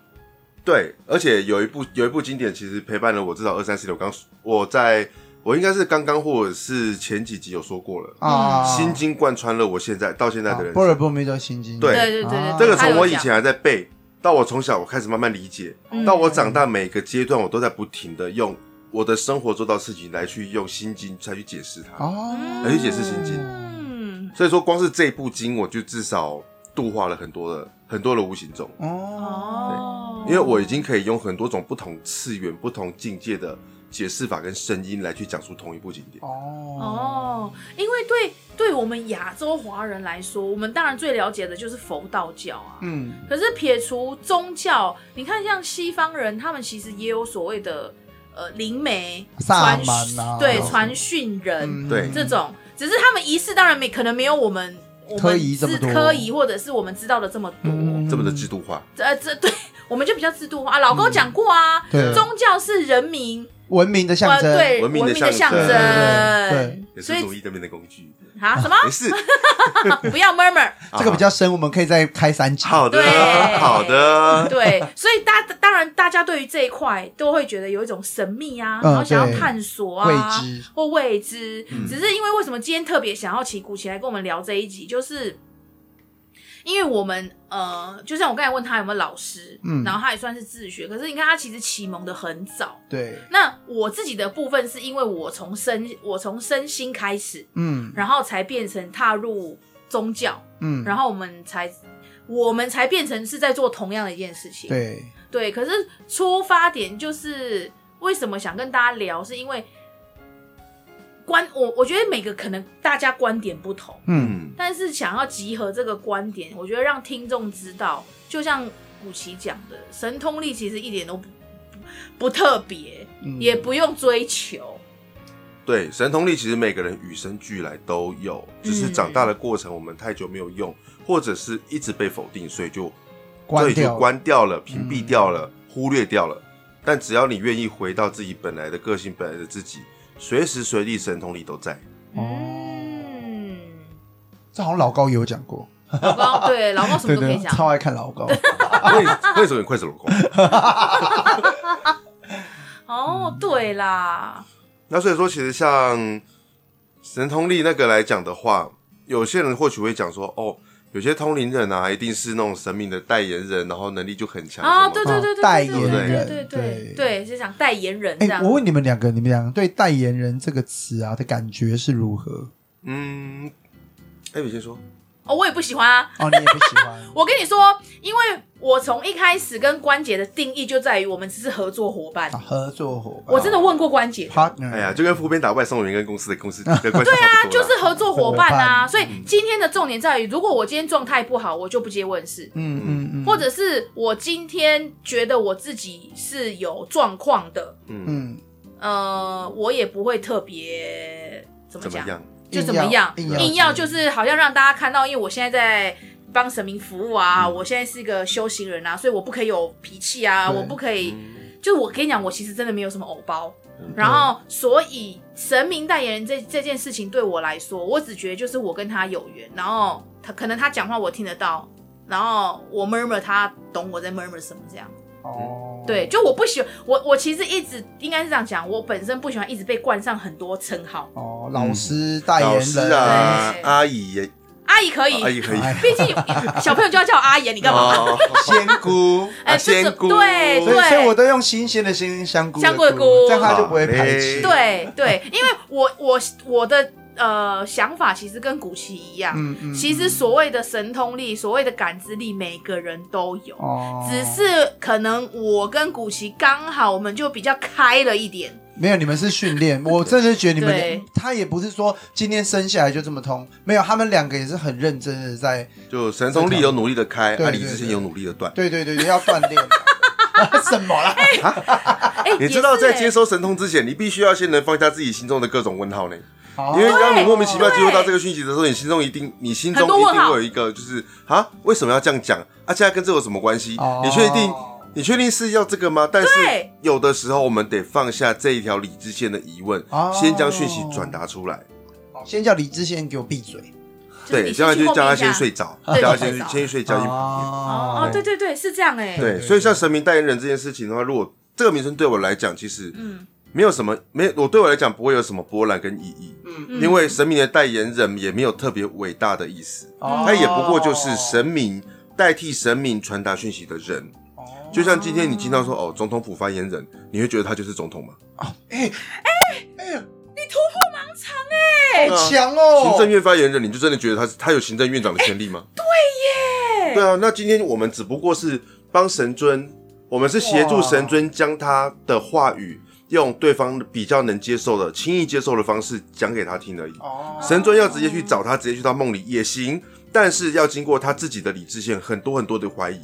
Speaker 3: 对，而且有一部有一部经典，其实陪伴了我至少二三十年。我刚我在我应该是刚刚或者是前几集有说过了，
Speaker 2: 啊，
Speaker 3: 心经贯穿了我现在到现在
Speaker 2: 啊
Speaker 3: 的人
Speaker 2: 波
Speaker 3: 生。
Speaker 2: 尔波弥叫心经，
Speaker 3: 对
Speaker 1: 对对对
Speaker 2: 啊
Speaker 1: 对，
Speaker 3: 这个
Speaker 1: 他有
Speaker 3: 从我以
Speaker 1: 讲
Speaker 3: 前还在背，到我从小我开始慢慢理解，
Speaker 1: 嗯
Speaker 3: 到我长大每个阶段，我都在不停的用我的生活做到事情来去用心经才去解释它。
Speaker 2: 哦，
Speaker 3: 来去解释心经
Speaker 1: 嗯，
Speaker 3: 所以说，光是这一部经，我就至少度化了很多的很多的无形中。
Speaker 2: 哦，
Speaker 1: 哦，
Speaker 3: 因为我已经可以用很多种不同次元、不同境界的解释法跟声音来去讲述同一部经典。
Speaker 2: 哦，
Speaker 1: 哦，因为对对我们亚洲华人来说，我们当然最了解的就是佛道教啊。
Speaker 2: 嗯，
Speaker 1: 可是撇除宗教，你看像西方人，他们其实也有所谓的呃灵媒、
Speaker 2: 萨
Speaker 1: 传
Speaker 2: 满啊
Speaker 1: 对
Speaker 2: 那种
Speaker 1: 传讯人、
Speaker 2: 嗯
Speaker 3: 对
Speaker 1: 这种，只是他们仪式当然没可能没有我们我
Speaker 2: 科
Speaker 1: 们
Speaker 2: 仪这么
Speaker 1: 知
Speaker 2: 多
Speaker 1: 科仪或者是我们知道的这么多。
Speaker 2: 嗯
Speaker 3: 这么的制度化，
Speaker 1: 呃，这对 我们就比较制度化啊。老高讲过啊，
Speaker 2: 对
Speaker 1: 宗教是人民
Speaker 2: 文明的象
Speaker 1: 呃
Speaker 2: 征，
Speaker 1: 对
Speaker 3: 文明
Speaker 1: 文
Speaker 3: 的
Speaker 1: 明的象
Speaker 3: 象征
Speaker 2: 对
Speaker 1: 征，
Speaker 3: 也
Speaker 1: 所
Speaker 3: 是
Speaker 1: 以
Speaker 3: 奴役这边的工具。
Speaker 1: 啊 什么
Speaker 3: 没事，
Speaker 1: 不要 murmur。
Speaker 2: 这个比较深，我们可以再开三集。
Speaker 3: 好的
Speaker 1: 对，
Speaker 3: 好的。
Speaker 1: 对，所以大当然大家对于这一块都会觉得有一种神秘啊，
Speaker 2: 嗯
Speaker 1: 然后想
Speaker 2: 对
Speaker 1: 要探索啊，
Speaker 2: 未知，
Speaker 1: 或未知。只是因为为什么今天特别想要请古奇来跟我们聊这一集，就是因为我们呃，就像我刚才问他有没有老师，
Speaker 2: 嗯
Speaker 1: 然后他也算是自学，可是你看他其实启蒙的很早。
Speaker 2: 对，
Speaker 1: 那我自己的部分是因为我从身我从身心开始，
Speaker 2: 嗯
Speaker 1: 然后才变成踏入宗教，
Speaker 2: 嗯，
Speaker 1: 然后我们才我们才变成是在做同样的一件事情。
Speaker 2: 对，
Speaker 1: 对，可是出发点就是为什么想跟大家聊，是因为观我我觉得每个可能大家观点不同，
Speaker 2: 嗯
Speaker 3: 嗯，
Speaker 1: 但是想要集合这个观点，我觉得让听众知道，就像古奇讲的，神通力其实一点都不不特别，
Speaker 2: 嗯
Speaker 1: 也不用追求。
Speaker 3: 对，神通力其实每个人与生俱来都有，只是长大的过程我们太久没有用，或者是一直被否定，所以就所
Speaker 2: 关
Speaker 3: 以就
Speaker 2: 掉，
Speaker 3: 关掉了、屏蔽掉了、忽略掉了。但只要你愿意回到自己本来的个性、本来的自己，随时随地神通力都在。
Speaker 2: 哦
Speaker 1: 嗯，
Speaker 2: 这好像老高也有讲过，
Speaker 1: 老高对老高什么
Speaker 2: 对
Speaker 1: 都可以
Speaker 2: 对，
Speaker 1: 讲，
Speaker 2: 超爱看老 高，
Speaker 3: 为 为什么你快手老公？
Speaker 1: 哦，对啦，
Speaker 3: 那所以说，其实像神通力那个来讲的话，有些人或许会讲说，哦，有些通灵人啊，一定是那种神明的代言人，然后能力就很强
Speaker 1: 啊，
Speaker 3: 什么
Speaker 1: 对
Speaker 3: 的
Speaker 1: 对对对，
Speaker 2: 嗯代
Speaker 1: 对
Speaker 2: 言
Speaker 1: 对
Speaker 2: 人
Speaker 1: 对
Speaker 2: 对
Speaker 1: 对对，是想代言人这
Speaker 2: 哎、
Speaker 1: 样。
Speaker 2: 我问你们两个，你们两个对“代言人”这个词啊的感觉是如何？
Speaker 3: 嗯，哎，你先说，
Speaker 1: 哦，我也不喜欢啊。
Speaker 2: 哦，你也不喜欢
Speaker 1: 我跟你说，因为我从一开始跟关姐的定义就在于我们只是合作伙伴。
Speaker 2: 啊合作伙伴，
Speaker 1: 我真的问过关姐，
Speaker 2: partner，
Speaker 3: 哎呀，就跟副编打外送员跟公司的公司的关系差不多啦，
Speaker 1: 啊就是合作伙伴啊。
Speaker 2: 伙伴嗯
Speaker 1: 所以今天的重点在于，如果我今天状态不好，我就不接问事。
Speaker 2: 嗯嗯嗯，
Speaker 1: 或者是我今天觉得我自己是有状况的，
Speaker 3: 嗯，
Speaker 2: 嗯，
Speaker 1: 呃，我也不会特别怎么
Speaker 3: 怎么
Speaker 1: 讲，
Speaker 3: 样？
Speaker 1: 就怎么样，
Speaker 2: 硬要
Speaker 1: 硬要就是好像让大家看到，因为我现在在帮神明服务啊，
Speaker 2: 嗯
Speaker 1: 我现在是一个修行人啊，所以我不可以有脾气啊，
Speaker 2: 对
Speaker 1: 我不可以，
Speaker 3: 嗯
Speaker 1: 就我跟你讲，我其实真的没有什么偶包
Speaker 3: 嗯，
Speaker 1: 然后所以神明代言人这这件事情对我来说，我只觉得就是我跟他有缘，然后他可能他讲话我听得到。然后我 murmur，他懂我在 murmur 什么这样。
Speaker 2: 哦，
Speaker 1: 对，，就我不喜欢我我其实一直应该是这样讲，我本身不喜欢一直被冠上很多称号。
Speaker 2: 哦，老师、代言
Speaker 3: 老师
Speaker 2: 人
Speaker 3: 啊
Speaker 1: 对，
Speaker 3: 阿姨也
Speaker 1: 阿姨可以，
Speaker 3: 哦阿姨可以，
Speaker 2: 哎
Speaker 1: 毕竟小朋友就要叫阿姨，你干嘛？
Speaker 3: 哦，
Speaker 2: 仙姑，
Speaker 3: 啊
Speaker 1: 哎这是
Speaker 3: 仙姑，
Speaker 1: 对
Speaker 2: 所以所以我都用新鲜的鲜香菇的
Speaker 1: 香菇的菇
Speaker 2: 这样他就不会排
Speaker 3: 好嘞
Speaker 2: 斥，
Speaker 1: 对对，因为我我我的呃想法其实跟古奇一样，
Speaker 2: 嗯，嗯嗯，
Speaker 1: 其实所谓的神通力，所谓的感知力，每个人都有，
Speaker 2: 哦，
Speaker 1: 只是可能我跟古奇刚好我们就比较开了一点，
Speaker 2: 没有，你们是训 练，我真的觉得你们
Speaker 1: 对
Speaker 2: 他也不是说今天生下来就这么通，没有，他们两个也是很认真的在，
Speaker 3: 就神通力有努力的开，
Speaker 2: 对
Speaker 3: 阿
Speaker 2: 对
Speaker 3: 里之前有努力的断。
Speaker 2: 对对对对，要锻炼 啊。什么啦？
Speaker 1: 哎、
Speaker 3: 啊你知道，
Speaker 1: 也是
Speaker 3: 在
Speaker 1: 哎
Speaker 3: 接收神通之前，你必须要先能放下自己心中的各种问号呢。
Speaker 2: 好
Speaker 1: 哦
Speaker 3: 因为当你莫名其妙
Speaker 1: 对
Speaker 3: 接触到这个讯息的时候，你心中一定，你心
Speaker 1: 很
Speaker 3: 中
Speaker 1: 多
Speaker 3: 一
Speaker 1: 问
Speaker 3: 定
Speaker 1: 号
Speaker 3: 会有一个，就是啊，为什么要这样讲？啊，现在跟这有什么关系
Speaker 2: 哦？
Speaker 3: 你确定？你确定是要这个吗？但是
Speaker 1: 对
Speaker 3: 有的时候我们得放下这一条理智线的疑问
Speaker 2: 哦，
Speaker 3: 先将讯息转达出来。
Speaker 2: 先叫李志先给我闭嘴。
Speaker 1: 就是
Speaker 3: 对，
Speaker 1: 你
Speaker 3: 这样
Speaker 1: 先去
Speaker 3: 就
Speaker 1: 后
Speaker 3: 叫
Speaker 1: 面
Speaker 3: 他
Speaker 1: 一下
Speaker 3: 先睡着，
Speaker 1: 对
Speaker 3: 叫他
Speaker 1: 先
Speaker 3: 先
Speaker 1: 睡着
Speaker 3: 先去睡觉一
Speaker 1: 哦
Speaker 2: 哦，
Speaker 1: 对对对，是这样哎、
Speaker 2: 对
Speaker 3: 对，所以像神明代言人这件事情的话，如果这个名称对我来讲，其实
Speaker 1: 嗯
Speaker 3: 没有什么，没有我对我来讲不会有什么波澜跟意义，
Speaker 2: 嗯，
Speaker 1: 嗯
Speaker 3: 因为神明的代言人也没有特别伟大的意思，
Speaker 2: 哦
Speaker 3: 他也不过就是神明代替神明传达讯息的人。
Speaker 2: 哦
Speaker 3: 就像今天你听到说哦，总统府发言人，你会觉得他就是总统吗？
Speaker 2: 哎
Speaker 1: 哎
Speaker 3: 对啊
Speaker 2: 强哦，
Speaker 3: 行政院发言人，你就真的觉得他是他有行政院长的权利吗？对耶，对啊，那今天我们只不过是帮神尊，我们是协助神尊将他的话语用对方比较能接受的、轻易接受的方式讲给他听而已。
Speaker 2: 哦
Speaker 3: 神尊要直接去找他，直接去他梦里也行，但是要经过他自己的理智线，很多很多的怀疑。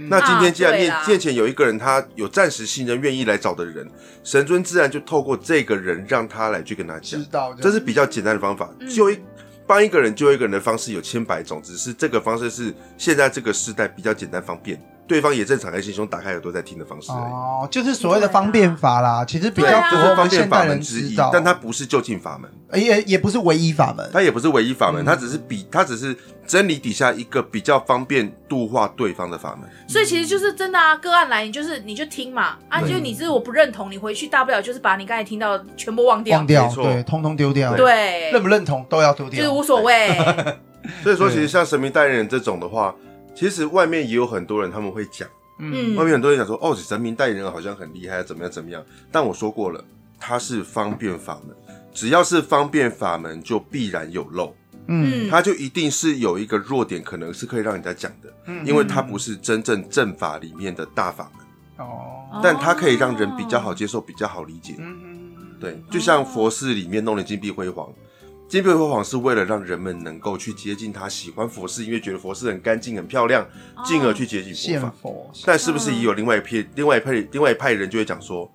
Speaker 2: 嗯
Speaker 3: 那今天既然
Speaker 1: 啊对
Speaker 3: 面
Speaker 1: 啦
Speaker 3: 面前有一个人，他有暂时信任、愿意来找的人，神尊自然就透过这个人让他来去跟他讲
Speaker 2: 知。道
Speaker 3: 这是比较简单的方法
Speaker 1: 嗯，
Speaker 3: 就一帮一个人救一个人的方式有千百种，只是这个方式是现在这个时代比较简单方便，对方也正敞开心胸打开耳朵在听的方式而已。啊
Speaker 2: 哦，就是所谓的方便法啦，其实比较
Speaker 1: 啊
Speaker 2: 符
Speaker 3: 这
Speaker 2: 合
Speaker 3: 是
Speaker 2: 我
Speaker 3: 方
Speaker 2: 们
Speaker 3: 便
Speaker 2: 现
Speaker 3: 法
Speaker 2: 代
Speaker 3: 门
Speaker 2: 人
Speaker 3: 之
Speaker 2: 知
Speaker 3: 一
Speaker 2: 道，，
Speaker 3: 啊但它不是就近法门，
Speaker 2: 它呃也也不是唯一法门。
Speaker 3: 它也不是唯一
Speaker 2: 嗯
Speaker 3: 法门，它只是比它只是真理底下一个比较方便度化对方的法门。
Speaker 1: 所以其实就是真的啊，个案来你就是你就听嘛，啊，
Speaker 3: 对
Speaker 1: 就你是我不认同，你回去大不了就是把你刚才听到的全部忘掉，
Speaker 2: 忘掉
Speaker 3: 没，错
Speaker 2: 对，通通丢掉，，
Speaker 1: 对，
Speaker 2: 认不哦认同都要丢
Speaker 1: 就是
Speaker 2: 掉
Speaker 1: 无。所 谓，
Speaker 3: 所以说，
Speaker 2: 对
Speaker 3: 其实像神明代言人这种的话，其实外面也有很多人他们会讲。
Speaker 1: 嗯
Speaker 3: 外面很多人讲说，哦，神明代言人好像很厉害，怎么样怎么样。但我说过了，它是方便法门，只要是方便法门，就必然有漏，
Speaker 2: 嗯
Speaker 1: 嗯，
Speaker 3: 它就一定是有一个弱点，可能是可以让人家讲的，
Speaker 2: 嗯
Speaker 3: 因为它不是真正正法里面的大法门，
Speaker 2: 哦，
Speaker 3: 但它可以让人比较好接受，比较好理解。
Speaker 2: 嗯，
Speaker 3: 对，就像佛寺里面弄的金碧辉煌。金碧辉煌是为了让人们能够去接近他，喜欢佛寺，因为觉得佛寺很干净、很漂亮，
Speaker 1: 哦
Speaker 3: 进而去接近佛
Speaker 2: 献
Speaker 3: 法。
Speaker 2: 佛，
Speaker 3: 但是不是也有另外一批、另外一派、另外一派人就会讲说，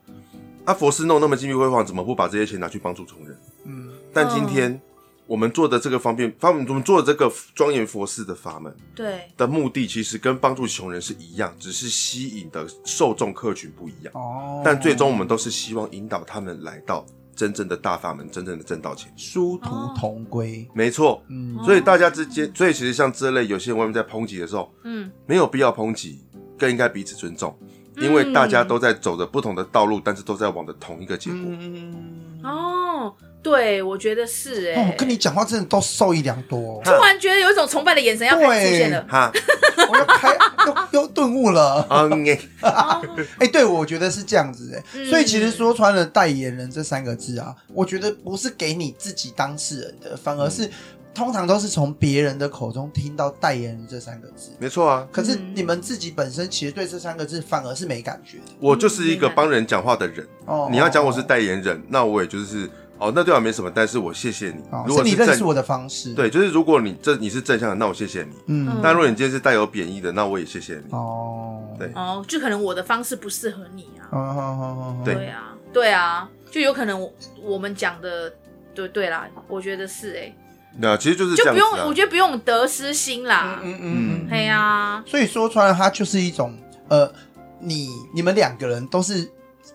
Speaker 3: 啊，佛寺弄那么金碧辉煌，怎么不把这些钱拿去帮助穷人？
Speaker 2: 嗯，
Speaker 3: 但今天我们做的这个方便，方我们做的这个庄严佛寺的法门
Speaker 1: 对，
Speaker 3: 的目的，其实跟帮助穷人是一样，只是吸引的受众客群不一样。
Speaker 2: 哦，
Speaker 3: 但最终我们都是希望引导他们来到真正的大法门，真正的正道前。
Speaker 2: 殊途同归，
Speaker 3: 没错，
Speaker 2: 嗯，
Speaker 3: 所以大家之间，所以其实像这类有些人外面在抨击的时候，
Speaker 1: 嗯，
Speaker 3: 没有必要抨击，更应该彼此尊重，
Speaker 2: 嗯
Speaker 3: 因为大家都在走着不同的道路，但是都在往着同一个结果。
Speaker 2: 嗯，
Speaker 1: 哦，对，我觉得是哎、
Speaker 2: 哦，跟你讲话真的都受益良多，
Speaker 1: 突然觉得有一种崇拜的眼神要开始出现了，
Speaker 3: 哈，
Speaker 2: 我又开又又顿悟了。
Speaker 3: 啊耶，
Speaker 1: 哦
Speaker 2: 哎、对，我觉得是这样子哎、
Speaker 1: 嗯
Speaker 2: 所以其实说穿了，代言人这三个字啊，我觉得不是给你自己当事人的，反而
Speaker 3: 嗯
Speaker 2: 是、通常都是从别人的口中听到代言人这三个字。
Speaker 3: 没错啊，
Speaker 2: 可是
Speaker 1: 嗯
Speaker 2: 你们自己本身其实对这三个字反而是没感觉的
Speaker 3: 我就是一个帮人讲话的人。
Speaker 2: 哦。
Speaker 3: 你要讲我是代言人，那我也就是哦，那对我没什么，但是我谢谢你
Speaker 2: 哦，。
Speaker 3: 如果
Speaker 2: 是你
Speaker 3: 正
Speaker 2: 认识我的方式。，
Speaker 3: 对，就是如果你这你是正向的，那我谢谢你。
Speaker 2: 嗯，
Speaker 1: 嗯
Speaker 3: 但如果你今天是带有贬义的，那我也谢谢你。
Speaker 2: 哦，
Speaker 3: 对
Speaker 1: 哦，就可能我的方式不适合你啊，
Speaker 2: 哦，好好好好好
Speaker 3: 对
Speaker 1: 对啊，对啊，就有可能我我们讲的，对对啦，我觉得是哎、
Speaker 3: 那其实就是这
Speaker 1: 就
Speaker 3: 样
Speaker 1: 不
Speaker 3: 子
Speaker 1: 用，
Speaker 3: 啊
Speaker 1: 我。觉得不用得失心啦，
Speaker 2: 嗯嗯嗯，
Speaker 1: 嘿呀、啊，
Speaker 2: 所以说穿了，它就是一种呃，你你们两个人都是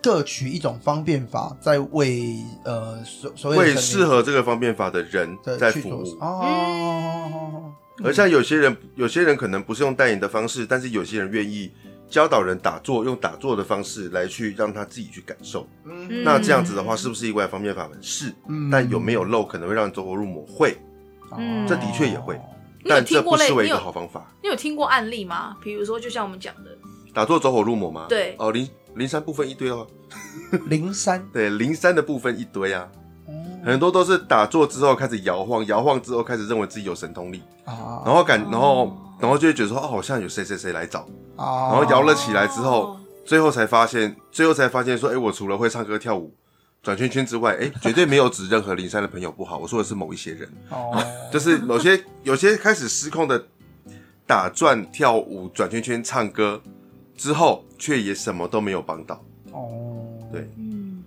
Speaker 2: 各取一种方便法，在为呃所所谓
Speaker 3: 为
Speaker 2: 的
Speaker 3: 适合这个方便法的人
Speaker 2: 的
Speaker 3: 在
Speaker 2: 去
Speaker 3: 服
Speaker 2: 做
Speaker 3: 务，
Speaker 2: 哦，
Speaker 3: 而像有些人，有些人可能不是用代言的方式，但是有些人愿意教导人打坐，用打坐的方式来去让他自己去感受。
Speaker 2: 嗯
Speaker 3: 那这样子的话，是不是一外方面法门？是，
Speaker 2: 嗯
Speaker 3: 但有没有漏可能会让你走火入魔？会，
Speaker 1: 嗯
Speaker 3: 这的确也会
Speaker 1: 你有
Speaker 3: 但这
Speaker 1: 听过
Speaker 3: 不
Speaker 1: 类，
Speaker 3: 失为
Speaker 1: 你
Speaker 3: 一个好
Speaker 1: 有
Speaker 3: 方法。
Speaker 1: 你有听过案例吗？比如说，就像我们讲的，
Speaker 3: 打坐走火入魔吗？
Speaker 1: 对
Speaker 3: 哦，零零三部分一堆哦，
Speaker 2: 零三，
Speaker 3: 对，零三的部分一堆啊，
Speaker 2: 哦
Speaker 3: 很多都是打坐之后开始摇晃，摇晃之后开始认为自己有神通力，
Speaker 2: 啊
Speaker 3: 然后感，然后
Speaker 1: 哦
Speaker 3: 然后就会觉得说，哦，好像有谁谁谁来找，
Speaker 2: 然
Speaker 3: 然后摇了起来之后
Speaker 1: 哦，
Speaker 3: 最后才发现，最后才发现说，哎，我除了会唱歌跳舞，转圈圈之外，哎、绝对没有指任何零三的朋友不好。我说的是某一些人，
Speaker 2: 哦，
Speaker 3: 就是某些有些开始失控的打转、跳舞、转圈圈、唱歌之后，却也什么都没有帮到。
Speaker 2: 哦，
Speaker 3: 对，
Speaker 1: 嗯，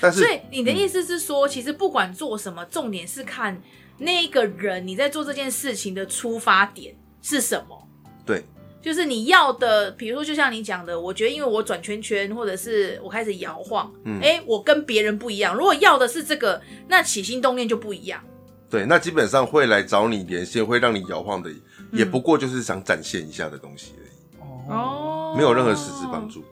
Speaker 3: 但是
Speaker 1: 所以你的意思是说，其实不管做什么，重点是看那个人你在做这件事情的出发点是什么。
Speaker 3: 对，
Speaker 1: 就是你要的，比如说，就像你讲的，我觉得因为我转圈圈，或者是我开始摇晃，
Speaker 3: 嗯
Speaker 1: 哎、我跟别人不一样。如果要的是这个，那起心动念就不一样。
Speaker 3: 对，那基本上会来找你连线，会让你摇晃的，也
Speaker 1: 嗯
Speaker 3: 不过就是想展现一下的东西而已，
Speaker 2: 哦，
Speaker 1: 哦
Speaker 3: 嗯没有任何实质帮。助。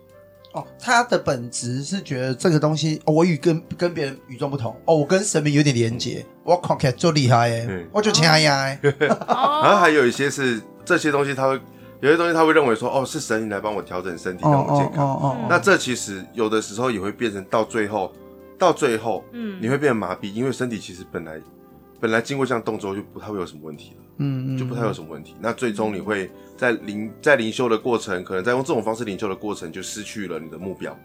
Speaker 2: 哦，他的本质是觉得这个东西，哦、我与跟跟别人与众不同，哦，我跟神明有点连结，我 conquer 就厉害耶、
Speaker 3: 嗯
Speaker 2: 我就强呀、欸，
Speaker 3: 然后
Speaker 1: 哦，
Speaker 3: 还有一些是这些东西，他会有些东西他会认为说，哦，是神灵来帮我调整身体，
Speaker 2: 哦
Speaker 3: 让我
Speaker 2: 哦
Speaker 3: 健
Speaker 2: 哦
Speaker 3: 康。
Speaker 2: 哦，
Speaker 3: 那这其实有的时候也会变成到最后，到最后，
Speaker 1: 嗯
Speaker 3: 你会变得麻痹，因为身体其实本来本来经过这样动作就不太会有什么问题了，
Speaker 2: 嗯嗯
Speaker 3: 就不太有什么问题。那最终你会在灵在灵修的过程，可能在用这种方式灵修的过程，就失去了你的目标，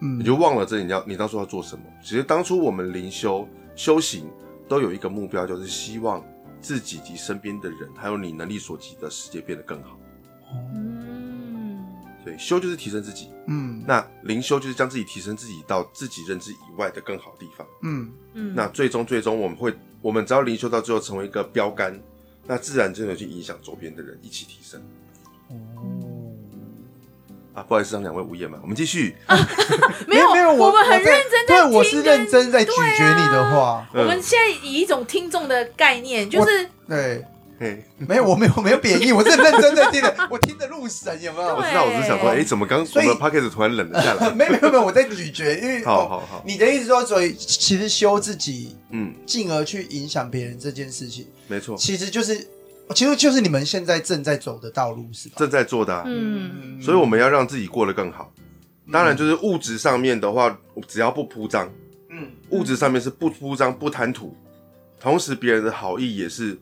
Speaker 2: 嗯
Speaker 3: 你就忘了这你要你当初要做什么。其实当初我们灵修修行都有一个目标，就是希望自己及身边的人，还有你能力所及的世界变得更好。
Speaker 1: 嗯，
Speaker 3: 所以修就是提升自己，
Speaker 2: 嗯
Speaker 3: 那灵修就是将自己提升自己到自己认知以外的更好的地方。
Speaker 2: 嗯
Speaker 1: 嗯
Speaker 3: 那最终最终我们会，我们只要灵修到最后成为一个标杆，那自然就能去影响周边的人一起提升啊！不好意思，让两位无言嘛，我们继续。
Speaker 1: 啊没有
Speaker 2: 没有，
Speaker 1: 我们很
Speaker 2: 我在
Speaker 1: 认真在
Speaker 2: 对，我
Speaker 1: 听
Speaker 2: 是
Speaker 1: 跟
Speaker 2: 认真在咀
Speaker 1: 对
Speaker 2: 嚼
Speaker 1: 啊
Speaker 2: 你的话，
Speaker 3: 嗯
Speaker 1: 我们现在以一种听众的概念，就是
Speaker 2: 对，
Speaker 3: 嘿，
Speaker 2: 没有，我没有 没有贬义，我是认真在听 的，我听得入神，有没有
Speaker 3: 我？知道，我只是想说，
Speaker 1: 对
Speaker 3: 哎，怎么刚
Speaker 2: 所
Speaker 3: 我
Speaker 2: 以
Speaker 3: 们 p o c k e t 突然冷了下来？
Speaker 2: 没有没有没有，我在咀嚼，因为
Speaker 3: 好
Speaker 2: 哦
Speaker 3: 好好，
Speaker 2: 你的意思说，所以其实修自己，
Speaker 3: 嗯，
Speaker 2: 进而去影响别人这件事情，
Speaker 3: 没错，
Speaker 2: 其实就是，其实就是你们现在正在走的道路，是吧？
Speaker 3: 正在做的啊，
Speaker 1: 嗯，
Speaker 3: 所以我们要让自己过得更好。当然，就是物质上面的话，只要不铺张，
Speaker 2: 嗯
Speaker 3: 物质上面是不铺张、不贪图，同时别人的好意也是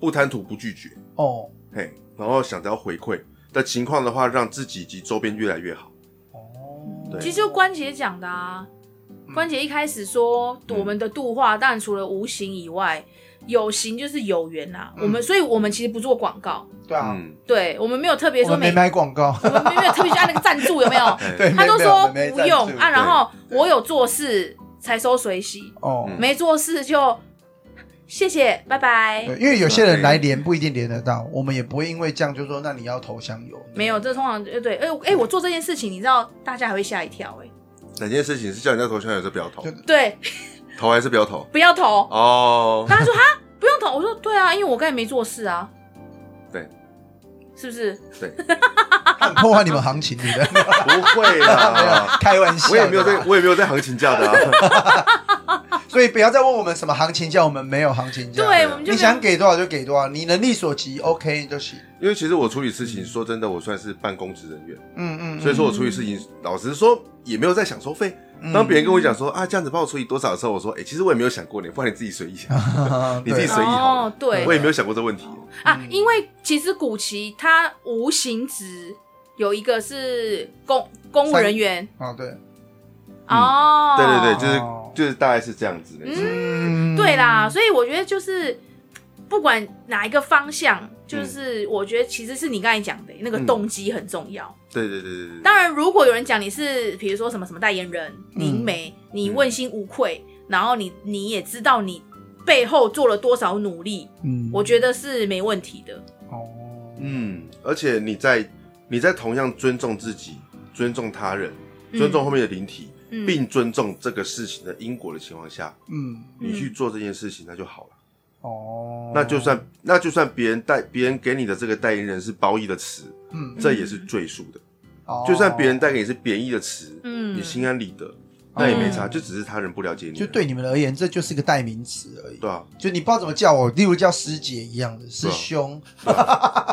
Speaker 3: 不贪图、不拒绝，
Speaker 2: 哦
Speaker 3: 嘿，然后想着要回馈的情况的话，让自己及周边越来越好。
Speaker 2: 哦，
Speaker 3: 对
Speaker 1: 其实就关姐讲的啊，
Speaker 2: 嗯
Speaker 1: 关姐一开始说我们的度化，当然除了无形以外，有形就是有缘啦、
Speaker 2: 嗯
Speaker 1: 我们所以我们其实不做广告，
Speaker 2: 对啊，
Speaker 3: 嗯，
Speaker 1: 对我们没有特别
Speaker 2: 我
Speaker 1: 说
Speaker 2: 们没
Speaker 1: 每，
Speaker 2: 卖广告，
Speaker 1: 我们没有特别去按那个赞助有没有？
Speaker 2: 对，
Speaker 3: 对
Speaker 1: 他都
Speaker 2: 没有
Speaker 1: 说
Speaker 2: 没有
Speaker 1: 不
Speaker 2: 没有
Speaker 1: 用
Speaker 2: 赞助
Speaker 1: 啊，然
Speaker 3: 对
Speaker 1: 后我有做事才收水洗，
Speaker 2: 哦，
Speaker 3: 嗯
Speaker 1: 没做事就 谢谢拜拜。
Speaker 2: 对，因为有些人来连不一定连得到，我们也不会因为这样就说那你要投香油，
Speaker 1: 嗯没 有，这通常对对，哎、哎、我做这件事情，你知道大家还会吓一跳哎、
Speaker 3: 哪件事情是叫人家投香还是不要投
Speaker 2: 对？
Speaker 1: 对，
Speaker 3: 投还是不要投？
Speaker 1: 不要投。
Speaker 3: 哦，
Speaker 1: 大家说哈不用投，我说对啊，因为我刚才没做事啊，
Speaker 3: 对
Speaker 1: 是不是？
Speaker 3: 对，
Speaker 2: 很破坏你们行情，对不对？
Speaker 3: 不会
Speaker 2: 没有
Speaker 3: 啦，
Speaker 2: 开玩笑，
Speaker 3: 我也没有在，，我也没有在行情价的啊。
Speaker 2: 所以不要再问我们什么行情价，我们没有行情价。
Speaker 1: 对，
Speaker 3: 啊
Speaker 1: 我们就没有
Speaker 2: 你想给多少就给多少，你能力所及，OK 就行。
Speaker 3: 因为其实我处理事情，说真的，我算是半公职人员，
Speaker 2: 嗯嗯，
Speaker 3: 所以说我处理事情，老实说也没有在想收费。
Speaker 2: 嗯
Speaker 3: 当别人跟我讲说啊，这样子帮我处理多少的时候，我说，哎，其实我也没有想过你，不然你自己随意想，
Speaker 2: 嗯
Speaker 3: 你自己
Speaker 2: 对
Speaker 3: 随意好了
Speaker 1: 哦。对
Speaker 3: 我也没有想过这问题。
Speaker 1: 啊，因为其实古奇他无形职有一个是公公务
Speaker 2: 三
Speaker 1: 人员
Speaker 2: 哦对，
Speaker 1: 哦，
Speaker 3: 对嗯对对，就是
Speaker 2: 哦
Speaker 3: 就是大概是这样子的。
Speaker 2: 嗯
Speaker 1: 对啦，，所以我觉得就是不管哪一个方向，就是我觉得其实是你刚才讲的那个
Speaker 3: 嗯
Speaker 1: 动机很重要。
Speaker 3: 对对对对对对，
Speaker 1: 当然，如果有人讲你是比如说什么什么代言人、
Speaker 3: 嗯
Speaker 1: 灵媒，你问心无愧，然后你你也知道你背后做了多少努力，
Speaker 2: 嗯
Speaker 1: 我觉得是没问题的。
Speaker 2: 哦，
Speaker 3: 嗯，而且你在你在同样尊重自己、尊重他人、
Speaker 1: 嗯
Speaker 3: 尊重后面的灵体，
Speaker 1: 嗯
Speaker 3: 并尊重这个事情的因果的情况下，
Speaker 2: 嗯
Speaker 3: 你去做这件事情那就好了。
Speaker 2: 哦，
Speaker 3: 那就算那就算别人代别人给你的这个代言人是褒义的词，
Speaker 2: 嗯，
Speaker 3: 这也是赘述的。
Speaker 2: 哦
Speaker 3: 就算别人带给你是贬义的词，
Speaker 1: 嗯
Speaker 3: 你心安理得，那也没差，
Speaker 1: 嗯
Speaker 3: 就只是他人不了解你，
Speaker 2: 就对你们而言，这就是个代名词而已。
Speaker 3: 对啊。
Speaker 2: 就你不知道怎么叫我，例如叫师姐一样的，师
Speaker 3: 对啊
Speaker 2: 兄，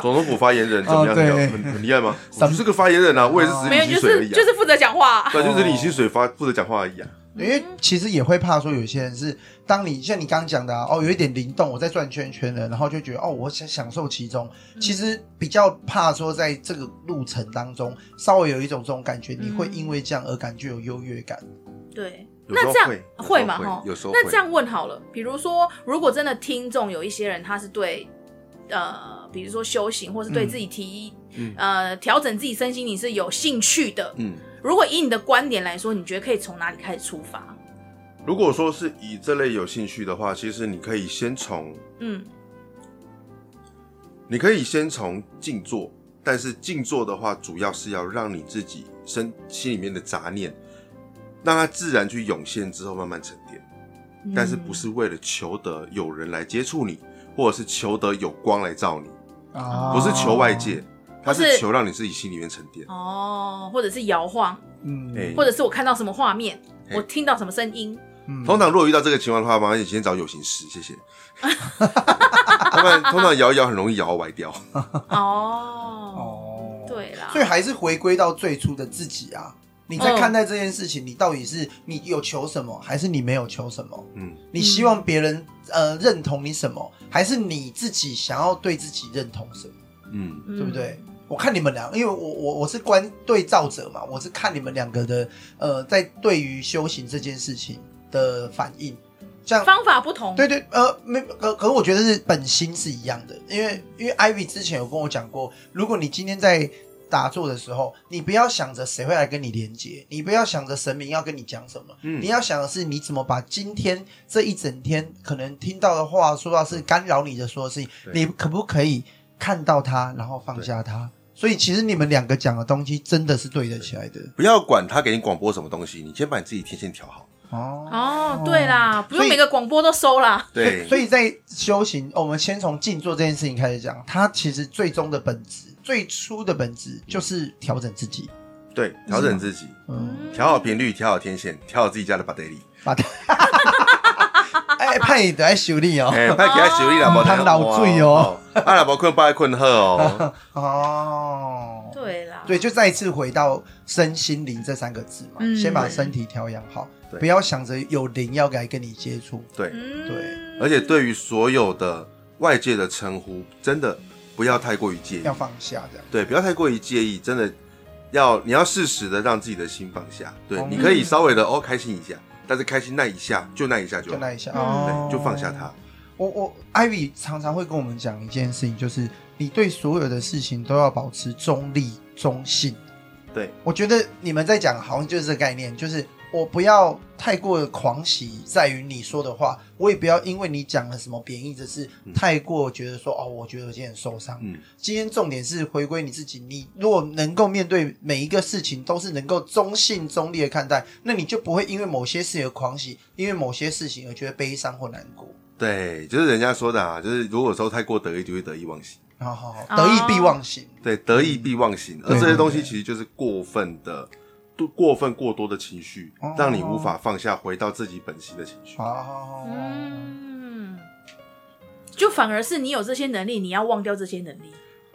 Speaker 3: 总统府发言人怎么
Speaker 2: 哦
Speaker 3: 样？
Speaker 2: 对
Speaker 3: 很了很很厉害吗？我
Speaker 2: 三哦
Speaker 3: 就是个发言人啊，我也是只
Speaker 1: 没有，
Speaker 3: 领薪
Speaker 1: 就
Speaker 3: 水而
Speaker 1: 是
Speaker 3: 已啊
Speaker 1: 就。是负责讲话。
Speaker 3: 对，啊就是领薪水发负责讲话而已啊。
Speaker 2: 因
Speaker 1: 嗯
Speaker 2: 为其实也会怕说，有些人是当你像你刚刚讲的、啊、哦，有一点灵动，我在转圈圈了，然后就觉得哦，我想享受其中。
Speaker 1: 嗯
Speaker 2: 其实比较怕说，在这
Speaker 1: 嗯
Speaker 2: 个路程当中，稍微有一种这种感觉，你会因为这样而感觉有优越感。
Speaker 1: 对，
Speaker 3: 有时
Speaker 1: 那
Speaker 3: 候
Speaker 1: 这样
Speaker 3: 会有时候
Speaker 1: 会嘛？哈
Speaker 3: 有时候，会嗯
Speaker 1: 那这样问好了，比如说，如果真的听众有一些人，他是对呃，比如说修行，或是对
Speaker 2: 嗯
Speaker 1: 自己提、
Speaker 3: 嗯
Speaker 1: 呃调整自己身心灵是有兴趣的，
Speaker 3: 嗯，
Speaker 1: 如果以你的观点来说，你觉得可以从哪里开始出发？
Speaker 3: 如果说是以这类有兴趣的话，其实你可以先从
Speaker 1: 嗯
Speaker 3: 你可以先从静坐，但是静坐的话，主要是要让你自己身心里面的杂念，让它自然去涌现之后慢慢沉淀。
Speaker 1: 嗯
Speaker 3: 但是不是为了求得有人来接触你，或者是求得有光来照你，
Speaker 2: 啊
Speaker 3: 不是求外界，它
Speaker 1: 不
Speaker 3: 是
Speaker 1: 是
Speaker 3: 求让你自己心里面沉淀。
Speaker 1: 哦，或者是摇晃，
Speaker 2: 嗯，
Speaker 3: 哎
Speaker 1: 或者是我看到什么画面，
Speaker 3: 嘿
Speaker 1: 我听到什么声 音，
Speaker 2: 嗯
Speaker 3: 通常如果遇到这个情况的话，麻烦你先找有形师，谢谢。要不然通常摇一摇很容易摇歪掉。
Speaker 1: 哦，
Speaker 2: 哦，，
Speaker 1: 对啦，
Speaker 2: 所以还是回归到最初的自己啊。你在
Speaker 1: 嗯
Speaker 2: 看待这件事情，你到底是你有求什么，还是你没有求什么？
Speaker 3: 嗯，
Speaker 2: 你希望别人呃认同你什么，还是你自己想要对自己认同什么？
Speaker 3: 嗯
Speaker 1: 嗯
Speaker 2: 对不对？？我看你们俩，因为我我我是观对照者嘛，我是看你们两个的呃，在对于修行这件事情的反应，像
Speaker 1: 方法不同，
Speaker 2: 对对，呃，没可可，我觉得是本心是一样的，因为因为 Ivy 之前有跟我讲过，如果你今天在打坐的时候，你不要想着谁会来跟你连接，你不要想着神明要跟你讲什么，
Speaker 3: 嗯
Speaker 2: 你要想的是你怎么把今天这一整天可能听到的话，说到是干扰你的所有事情，
Speaker 3: 对
Speaker 2: 你可不可以看到它，然后放下它？所以其实你们两个讲的东西真的是对得起来的
Speaker 3: 不要管他给你广播什么东西，你先把你自己天线调好。
Speaker 2: 哦
Speaker 1: 哦，对啦，不用
Speaker 2: 以
Speaker 1: 每个广播都收啦。
Speaker 3: 对，
Speaker 2: 所以在修行，我们先从静坐这件事情开始讲。它其实最终的本质，最初的本质就是调整自己。
Speaker 3: 对调整自己，
Speaker 2: 嗯，
Speaker 3: 调好频率，调好天线，调好自己家的 battery。
Speaker 2: 把它， 哎，怕你得来修理哦。
Speaker 3: 哎，拍起来修理啦，
Speaker 2: 哦
Speaker 3: 无
Speaker 2: 唔通流水哦。
Speaker 3: 啊，若无困，拜困好哦。
Speaker 2: 哦，
Speaker 1: 对啦，
Speaker 2: 对，就再一次回到身心灵这三个字嘛，
Speaker 1: 嗯
Speaker 2: 先把身体调养好，
Speaker 3: 对
Speaker 2: 不要想着有灵要来跟你接触。
Speaker 3: 对，
Speaker 1: 嗯
Speaker 2: 对
Speaker 3: 而且对于所有的外界的称呼，真的不要太过于介意
Speaker 2: 要。放下这样，
Speaker 3: 对，不要太过于介意，真的要你要适时的让自己的心放下。对
Speaker 2: 哦，
Speaker 3: 你可以稍微的哦开心一下，但是开心那一下就那一下就
Speaker 2: 就
Speaker 3: 好，
Speaker 2: 那一下，
Speaker 1: 嗯
Speaker 2: 哦
Speaker 3: 对，就放下它。
Speaker 2: 我我 Ivy 常常会跟我们讲一件事情，就是你对所有的事情都要保持中立中性。
Speaker 3: 对，
Speaker 2: 我觉得你们在讲好像就是这个概念，就是我不要太过的狂喜在于你说的话，我也不要因为你讲了什么贬义，只是太过觉得说、哦，我觉得我今天很受伤。
Speaker 3: 嗯，
Speaker 2: 今天重点是回归你自己，你如果能够面对每一个事情都是能够中性中立的看待，那你就不会因为某些事情而狂喜，因为某些事情而觉得悲伤或难过。
Speaker 3: 对，就是人家说的啊，就是如果说太过得意，就会得意忘形。
Speaker 2: 然后得意必忘形。
Speaker 3: 对，得意必忘形，而
Speaker 2: 嗯对
Speaker 3: 这些东西其实就是过分的。度过分过多的情绪
Speaker 2: 哦，
Speaker 3: 让你无法放下，回到自己本心的情绪。
Speaker 2: 哦，
Speaker 1: 嗯，就反而是你有这些能力，你要忘掉这些能力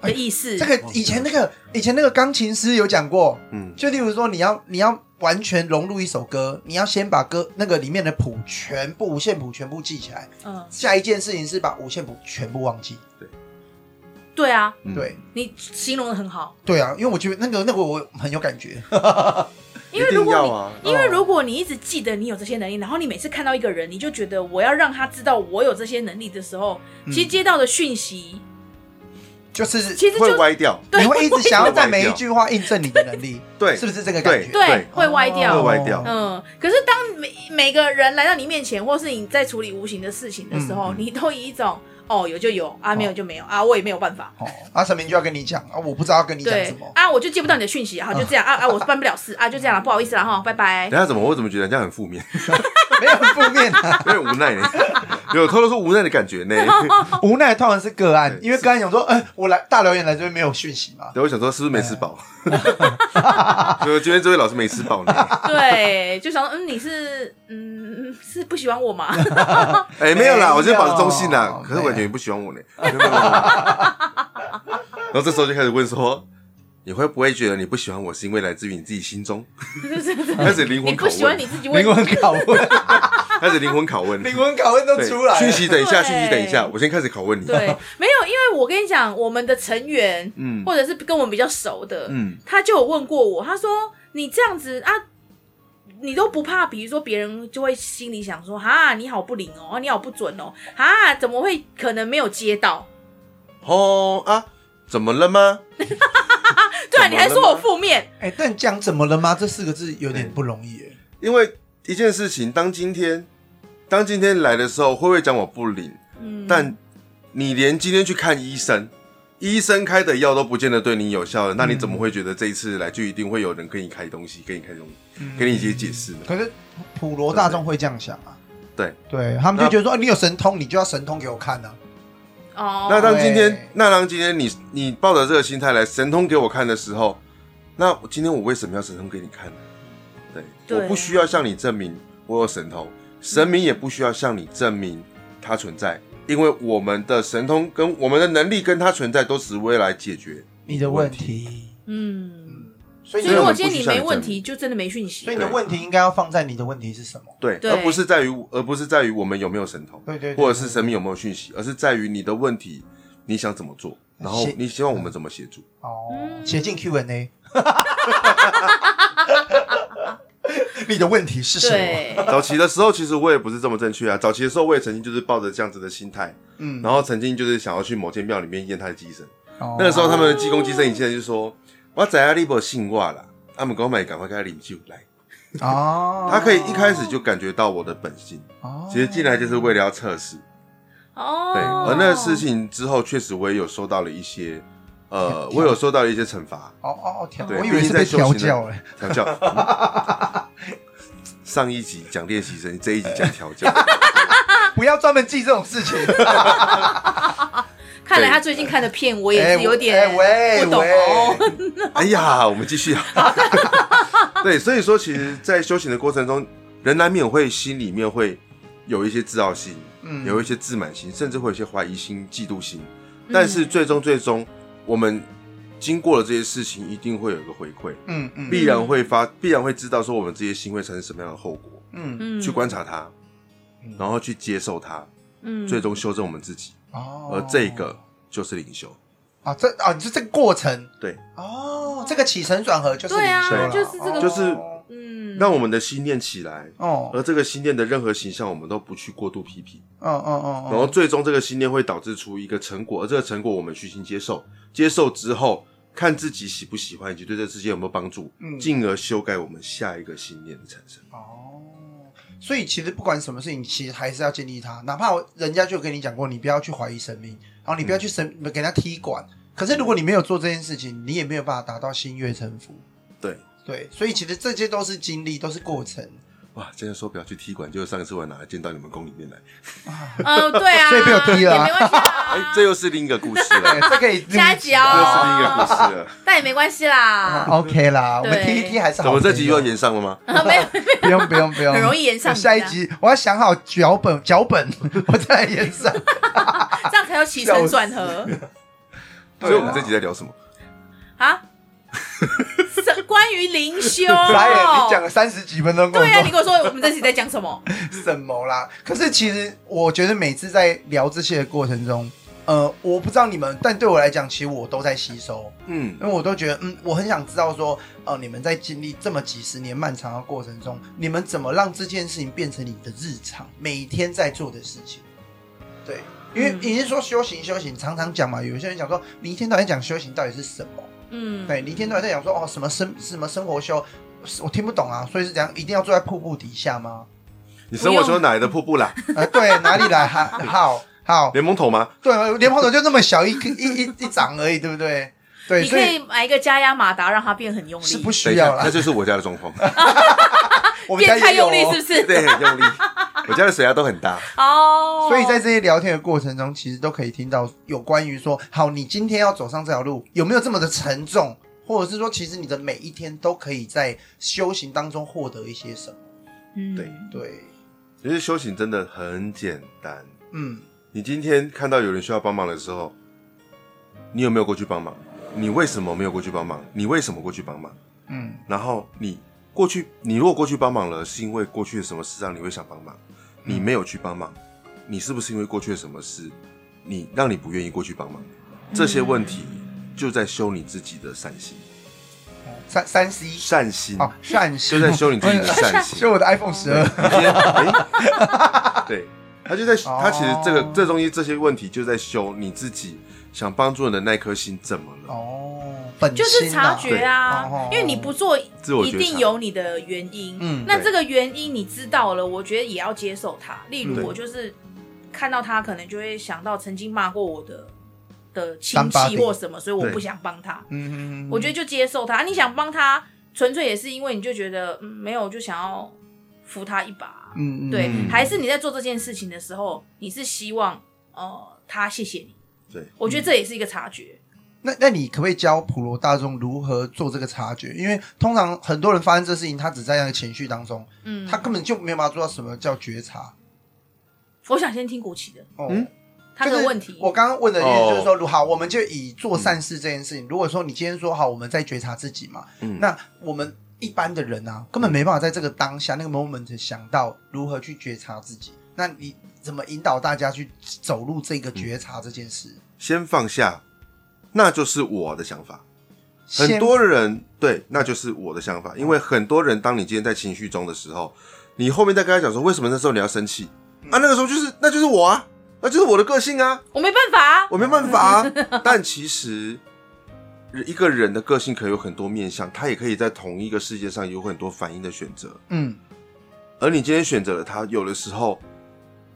Speaker 1: 的意思。
Speaker 2: 哎这个以前那个以前那个钢琴师有讲过，
Speaker 3: 嗯，
Speaker 2: 就例如说你要你要完全融入一首歌，你要先把歌那个里面的谱全部五线谱全部记起来。
Speaker 1: 嗯，
Speaker 2: 下一件事情是把五线谱全部忘记。
Speaker 1: 对啊，
Speaker 3: 嗯，
Speaker 2: 对
Speaker 1: 你形容的很好。
Speaker 2: 对啊，因为我觉得那个那个我很有感觉。
Speaker 1: 因为
Speaker 3: 一
Speaker 1: 如
Speaker 3: 定
Speaker 1: 果
Speaker 3: 要
Speaker 1: 你、
Speaker 3: 啊。
Speaker 1: 因为如果你一直记得你有这些能力，然后你每次看到一个人，你就觉得我要让他知道我有这些能力的时候，其实接到的讯息
Speaker 2: 就是
Speaker 1: 其实
Speaker 3: 嗯会
Speaker 1: 就
Speaker 3: 歪掉，
Speaker 1: 对
Speaker 2: 你会一直想要在每一句话印证你的能力，
Speaker 3: 对
Speaker 2: 是不是这个感
Speaker 3: 对哦
Speaker 2: 觉？哦
Speaker 1: 对会歪掉
Speaker 3: 会歪掉
Speaker 1: 嗯，可是当每每个人来到你面前，或是你在处理无形的事情的时候，
Speaker 3: 嗯嗯
Speaker 1: 你都以一种哦有就有啊，没有就没有、啊，我也没有办法。
Speaker 2: 哦，阿神明就要跟你讲啊，我不知道要跟你讲什
Speaker 1: 对
Speaker 2: 么。
Speaker 1: 啊，我就接不到你的讯息，好就这样啊啊，
Speaker 3: 哦
Speaker 1: 我办不了事啊， 就这样了，不好意思了哈，拜拜
Speaker 3: 等。一下怎么我怎么觉得人家很负面，
Speaker 2: 没有很负面 啊，
Speaker 3: 有点无奈呢，有透露出无奈的感觉呢。
Speaker 2: 无奈通常是个案，
Speaker 3: 对
Speaker 2: 因为个案想说，呃，我来大留言来这边没有讯息嘛，
Speaker 3: 对，我想说是不是没吃饱？所以我觉得这位老师没吃饱呢。
Speaker 1: 对，就想说嗯，你是嗯是不喜欢我吗？
Speaker 3: 哎，没有啦，我今天保持中性
Speaker 2: 没
Speaker 3: 啦
Speaker 2: 有。
Speaker 3: 可是我感觉你不喜欢我呢。没有没有没有没有然后这时候就开始问说，你会不会觉得你不喜欢我是因为来自于你自己心中？ 开始灵
Speaker 1: 你
Speaker 3: 魂
Speaker 1: 不
Speaker 3: 拷
Speaker 1: 喜欢你
Speaker 3: 问，
Speaker 1: 自己问
Speaker 2: 灵魂拷问，
Speaker 3: 开始灵魂拷 问，
Speaker 2: 灵魂拷问都
Speaker 3: 对
Speaker 2: 出来了
Speaker 3: 讯息等一下，
Speaker 1: 对
Speaker 3: 讯息等一下，我先开始拷问你。
Speaker 1: 对，没有，因为我跟你讲，我们的成员，
Speaker 3: 嗯
Speaker 1: 或者是跟我们比较熟的，
Speaker 3: 嗯
Speaker 1: 他就有问过我，他说你这样子啊，你都不怕，比如说别人就会心里想说，哈，你好不灵哦，你好不准哦，哈，怎么会可能没有接到？
Speaker 3: 哦啊，怎么了吗？
Speaker 1: 对啊，
Speaker 3: 怎么了吗
Speaker 1: 你还说我负面，
Speaker 2: 哎、但讲怎么了吗？这四个字有点不容易、哎
Speaker 3: 因为一件事情，当今天，当今天来的时候，会不会讲我不灵？
Speaker 1: 嗯，
Speaker 3: 但你连今天去看医生，医生开的药都不见得对你有效了，那你怎么会觉得这一次来就一定会有人跟你开东西，跟你开东西，给你一些解释呢？
Speaker 2: 嗯可是普罗大众会这样想啊，
Speaker 3: 对
Speaker 2: 对，他们就觉得说、啊你有神通，你就要神通给我看啊。
Speaker 1: 哦，
Speaker 3: 那当今
Speaker 2: 对
Speaker 3: 天，那当今天你你抱着这个心态来神通给我看的时候，那我今天我为什么要神通给你看呢？对，
Speaker 1: 对
Speaker 3: 我不需要向你证明我有神通，神明也不需要向你证明它存在，因为我们的神通跟我们的能力跟它存在，都只为来解决
Speaker 2: 你的问题，
Speaker 1: 嗯，
Speaker 2: 所以
Speaker 1: 所以
Speaker 2: 你
Speaker 3: 所以
Speaker 1: 如
Speaker 3: 我
Speaker 1: 果
Speaker 3: 们
Speaker 1: 今
Speaker 3: 不
Speaker 1: 天你
Speaker 3: 去向
Speaker 1: 没
Speaker 3: 你
Speaker 1: 问
Speaker 3: 证
Speaker 1: 题，就真的没讯息
Speaker 2: 所以。你的
Speaker 3: 对
Speaker 2: 问题应该要放在你的问题是什么？
Speaker 3: 对，
Speaker 1: 对
Speaker 3: 而不是在于，而不是在于我们有没有神通，
Speaker 2: 对对对
Speaker 3: 或者是神明有没有讯息，而是在于你的问题，你想怎么做，然后
Speaker 2: 写
Speaker 3: 你希望我们怎么协助。
Speaker 2: 哦，
Speaker 1: 嗯
Speaker 2: 写进 Q&A。你的问题是什么？
Speaker 1: 对，
Speaker 3: 早期的时候，其实我也不是这么正确啊。早期的时候，我也曾经就是抱着这样子的心态，
Speaker 2: 嗯，
Speaker 3: 然后曾经就是想要去某间庙里面验他的机身。
Speaker 2: 哦
Speaker 3: 那个时候，他们的济公机身，以前就说：“我在阿利伯信卦啦，他们给我买，赶快给他领救来。”
Speaker 2: 哦，
Speaker 3: 他可以一开始就感觉到我的本性，
Speaker 2: 哦，
Speaker 3: 其实进来就是为了要测试。
Speaker 1: 哦，
Speaker 3: 对，而那个事情之后，确实我也有收到了一些，呃，
Speaker 2: 调
Speaker 3: 我有收到了一些惩罚。
Speaker 2: 哦哦哦，调，
Speaker 3: 对
Speaker 2: 我以为是被调教哎，
Speaker 3: 调教。上一集讲练习生，这一集讲调教。
Speaker 2: 不要专门记这种事 情。
Speaker 1: 看来
Speaker 3: 对
Speaker 1: 他最近看的片，我也是有
Speaker 2: 哎
Speaker 1: 点
Speaker 2: 喂
Speaker 1: 不懂哦。
Speaker 2: 喂
Speaker 3: 哎呀，我们继续啊。 对，所以说，其实，在修行的过程中，人难免会心里面会有一些自傲心，
Speaker 2: 嗯
Speaker 3: 有一些自满心，甚至会有一些怀疑心、嫉妒心。但是最终，最终，我们经过了这些事情，一定会有一个回馈，
Speaker 2: 嗯嗯
Speaker 3: 必然会发，必然会知道说我们这些心会产生什么样的后果，
Speaker 2: 嗯
Speaker 1: 嗯
Speaker 3: 去观察它，然后去接受它，
Speaker 1: 嗯
Speaker 3: 最终修正我们自己。
Speaker 2: 哦
Speaker 3: 而呃这个就是灵修。
Speaker 2: 啊，这啊，就这个过程
Speaker 3: 对，
Speaker 2: 哦，这个起承转合就是
Speaker 1: 对啊
Speaker 2: 灵修了
Speaker 1: 就是这个
Speaker 3: 就是
Speaker 1: 嗯，
Speaker 3: 让我们的心念起来，
Speaker 2: 哦，
Speaker 3: 而这个心念的任何形象，我们都不去过度批评，
Speaker 2: 嗯嗯嗯，
Speaker 3: 然后最终这个心念会导致出一个成果，而这个成果我们虚心接受，接受之后看自己喜不喜欢，以及对这世界有没有帮助
Speaker 2: 嗯，
Speaker 3: 进而修改我们下一个信念的产生。
Speaker 2: 哦，所以其实不管什么事情，其实还是要建立它。哪怕人家就跟你讲过，你不要去怀疑生命，然后你
Speaker 3: 嗯
Speaker 2: 不要去神、给他踢馆。可是如果你没有做这件事情，你也没有办法达到心悦诚服。
Speaker 3: 对，
Speaker 2: 对，所以其实这些都是经历，都是过程，
Speaker 3: 哇，今天说不要去踢馆，就上一次我拿来剑到你们宫里面来，
Speaker 1: 嗯，对啊，
Speaker 2: 所以被我踢了啊
Speaker 1: 也没关系啊，
Speaker 3: 哎，这又是另一个故事
Speaker 2: 对，
Speaker 3: 了，
Speaker 2: 这可以
Speaker 1: 下一集
Speaker 3: 这又是
Speaker 1: 哦，
Speaker 3: 另一个故事了。
Speaker 1: 但也没关系啦，
Speaker 2: OK 啦，我们
Speaker 1: 对
Speaker 2: 踢一踢还是
Speaker 3: 怎
Speaker 2: 好。
Speaker 3: 么这集又要延上了吗？
Speaker 1: 没有，
Speaker 2: 不用不用不用，
Speaker 1: 很容易延上啊
Speaker 2: 下一集我要想好脚本，脚本 我再来 延上。
Speaker 1: 哦这样才叫起承转 合
Speaker 2: 对啊
Speaker 3: 所以我们这集在聊什么？
Speaker 1: 啊。是关于灵修，
Speaker 2: 傻眼，你讲了三十几分钟，跟我
Speaker 1: 对啊，
Speaker 2: 说
Speaker 1: 你跟我说我们这集在讲什么？
Speaker 2: 什么啦。可是其实我觉得每次在聊这些的过程中，呃，我不知道你们，但对我来讲，其实我都在吸收，
Speaker 3: 嗯
Speaker 2: 因为我都觉得，嗯，我很想知道说，呃，你们在经历这么几十年漫长的过程中，你们怎么让这件事情变成你的日常，每天在做的事情？对，因为
Speaker 1: 嗯
Speaker 2: 你是说修行，修行常常讲嘛，有些人讲说，你一天到晚讲修行到底是什么？
Speaker 1: 嗯，
Speaker 2: 对，你一天到晚在讲说哦什么生什么生活修，我听不懂啊，所以是怎样一定要坐在瀑布底下吗？
Speaker 3: 你生活中哪来的瀑布啦？
Speaker 2: 啊，对，哪里来？好好好，
Speaker 3: 联盟头吗？
Speaker 2: 对，莲蓬头就那么小一颗一一一掌而已，对不对？对，
Speaker 1: 你
Speaker 2: 所
Speaker 1: 可
Speaker 2: 以
Speaker 1: 以买一个加压马达，让它变很用力，
Speaker 2: 是不
Speaker 3: 等
Speaker 2: 需
Speaker 3: 一
Speaker 2: 要
Speaker 3: 下，那
Speaker 2: 啦。
Speaker 3: 就是我家的状况。
Speaker 2: 我们家
Speaker 1: 变太
Speaker 2: 也有
Speaker 1: 用力
Speaker 2: 哦、
Speaker 1: 是不是？
Speaker 3: 对，很用力。我家的水压都很大，
Speaker 1: 哦，
Speaker 2: 所以在这些聊天的过程中，其实都可以听到有关于说，好，你今天要走上这条路，有没有这么的沉重，或者是说，其实你的每一天都可以在修行当中获得一些什么？
Speaker 1: 嗯
Speaker 3: 对
Speaker 2: 对，
Speaker 3: 其实修行真的很简单。
Speaker 2: 嗯，
Speaker 3: 你今天看到有人需要帮忙的时候，你有没有过去帮忙？你为什么没有过去帮忙？你为什么过去帮忙？
Speaker 2: 嗯，
Speaker 3: 然后你过去，你如果过去帮忙了，是因为过去的什么事让你会想帮忙？你
Speaker 2: 嗯
Speaker 3: 没有去帮忙，你是不是因为过去的什么事，你让你
Speaker 2: 嗯
Speaker 3: 不愿意过去帮忙？这些问题就在修你自己的善心。
Speaker 2: 三三十一
Speaker 3: 善心，
Speaker 2: 哦，善心
Speaker 3: 就在修你自己的 善心。
Speaker 2: 哎修我的 iPhone 十二，
Speaker 3: 哎对，他就在
Speaker 2: 哦
Speaker 3: 他其实这个这东西这些问题就在修你自己想帮助人的那颗心怎么了？
Speaker 2: 哦，本
Speaker 1: 就
Speaker 2: 心
Speaker 1: 是察
Speaker 2: 啊
Speaker 1: 觉啊
Speaker 2: 对哦，
Speaker 1: 因为你不做，
Speaker 3: 自我觉
Speaker 1: 一
Speaker 3: 察
Speaker 1: 定有你的原因。
Speaker 2: 嗯
Speaker 1: 那
Speaker 3: 对
Speaker 1: 这个原因你知道了，我觉得也要接受它。例
Speaker 2: 嗯
Speaker 1: 如，我就是看到他，可能就会想到曾经骂过我的的亲
Speaker 2: 三八
Speaker 1: 戚
Speaker 2: 定
Speaker 1: 或什么，所以我
Speaker 3: 对
Speaker 1: 不想帮他。
Speaker 2: 嗯
Speaker 1: 我觉得
Speaker 2: 得
Speaker 1: 就接受他。啊你想帮他，纯粹也是因为你就觉得嗯没有，就想要扶他一把啊。
Speaker 2: 嗯嗯
Speaker 1: 对，
Speaker 3: 嗯
Speaker 1: 还是你在做这件事情的时候，你是希望呃他谢谢你。
Speaker 3: 对，
Speaker 1: 我觉得这也是一个察觉。
Speaker 2: 那那你可不可以教普罗大众如何做这个察觉？因为通常很多人发生这事情，他只在那个情绪当中，
Speaker 1: 嗯，
Speaker 2: 他根本就没有办法做到什么叫觉察。
Speaker 1: 我想先听古奇的
Speaker 2: 哦，
Speaker 3: 嗯
Speaker 1: 他
Speaker 2: 就
Speaker 1: 的
Speaker 2: 是
Speaker 1: 问题。
Speaker 2: 我刚刚问的意思就是
Speaker 3: 哦
Speaker 2: 说，如好，我们就以做
Speaker 3: 嗯
Speaker 2: 善事这件事情。如果说你今天说好，我们在觉察自己嘛，
Speaker 3: 嗯
Speaker 2: 那我们一般的人啊，根本没办法在这个当下那个 moment 想到如何去觉察自己。那你怎么引导大家去走入这个觉察这件事？
Speaker 3: 先放下，那就是我的想法。很
Speaker 2: 先
Speaker 3: 多人对，那就是我的想法，因为很多人当你今天在情绪中的时候，你后面再跟他讲说为什么那时候你要生气
Speaker 2: 嗯
Speaker 3: 啊，那个时候就是那就是我啊，那就是我的个性啊，
Speaker 1: 我没办法啊、
Speaker 3: 我没办法啊。 但其实一个人的个性可以有很多面向，他也可以在同一个世界上有很多反应的选择。
Speaker 2: 嗯
Speaker 3: 而你今天选择了他，有的时候，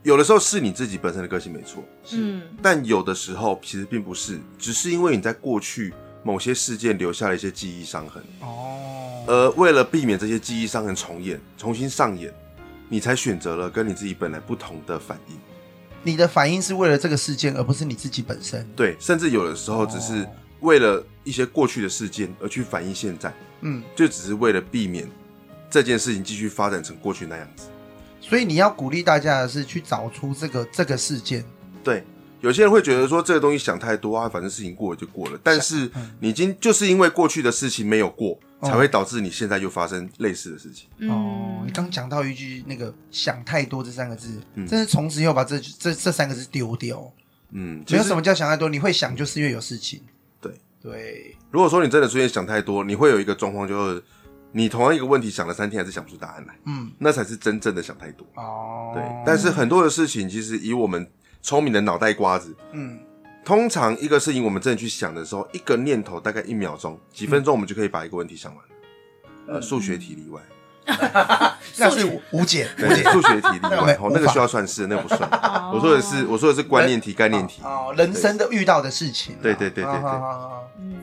Speaker 3: 有的时候是你自己本身的个性没错，
Speaker 1: 嗯
Speaker 3: 但有的时候其实并不是，只是因为你在过去某些事件留下了一些记忆伤痕，
Speaker 2: 哦
Speaker 3: 而为了避免这些记忆伤痕重演、重新上演，你才选择了跟你自己本来不同的反应。
Speaker 2: 你的反应是为了这个事件，而不是你自己本身。
Speaker 3: 对，甚至有的时候只是为了一些过去的事件而去反映现在，
Speaker 2: 嗯，
Speaker 3: 就只是为了避免这件事情继续发展成过去那样子。
Speaker 2: 所以你要鼓励大家的是去找出这个这个事件。
Speaker 3: 对，有些人会觉得说这个东西想太多啊，反正事情过了就过了。但是
Speaker 2: 嗯
Speaker 3: 你已经就是因为过去的事情没有过，
Speaker 2: 哦
Speaker 3: 才会导致你现在又发生类似的事情。
Speaker 1: 嗯
Speaker 2: 哦，你刚讲到一句那个“想太多”这三个字，
Speaker 3: 嗯
Speaker 2: 真是从此以后把这这这三个字丢掉。
Speaker 3: 嗯，其
Speaker 2: 没有
Speaker 3: 实
Speaker 2: 什么叫想太多，你会想就是因为有事情。
Speaker 3: 对
Speaker 2: 对，
Speaker 3: 如果说你真的出现想太多，你会有一个状况，就是你同样一个问题想了三天还是想不出答案来，
Speaker 2: 嗯，
Speaker 3: 那才是真正的想太多。
Speaker 2: 哦，
Speaker 3: 对，但是很多的事情，其实以我们聪明的脑袋瓜子，
Speaker 2: 嗯，
Speaker 3: 通常一个事情我们真的去想的时候，一个念头大概一秒钟、几分钟，
Speaker 2: 嗯
Speaker 3: 我们就可以把一个问题想完了。呃，数学题例外，
Speaker 2: 那是无无解，
Speaker 3: 对，数学题例
Speaker 2: 嗯那个
Speaker 3: 外
Speaker 2: 没，
Speaker 3: 哦，那
Speaker 2: 无
Speaker 3: 个
Speaker 2: 法
Speaker 3: 需要算式，那个不算。
Speaker 1: 哦
Speaker 3: 我说的是，我说的是观念题、概念题。
Speaker 2: 哦，人生的遇到的事情啊，
Speaker 3: 对对对对对
Speaker 2: 啊啊
Speaker 1: 嗯，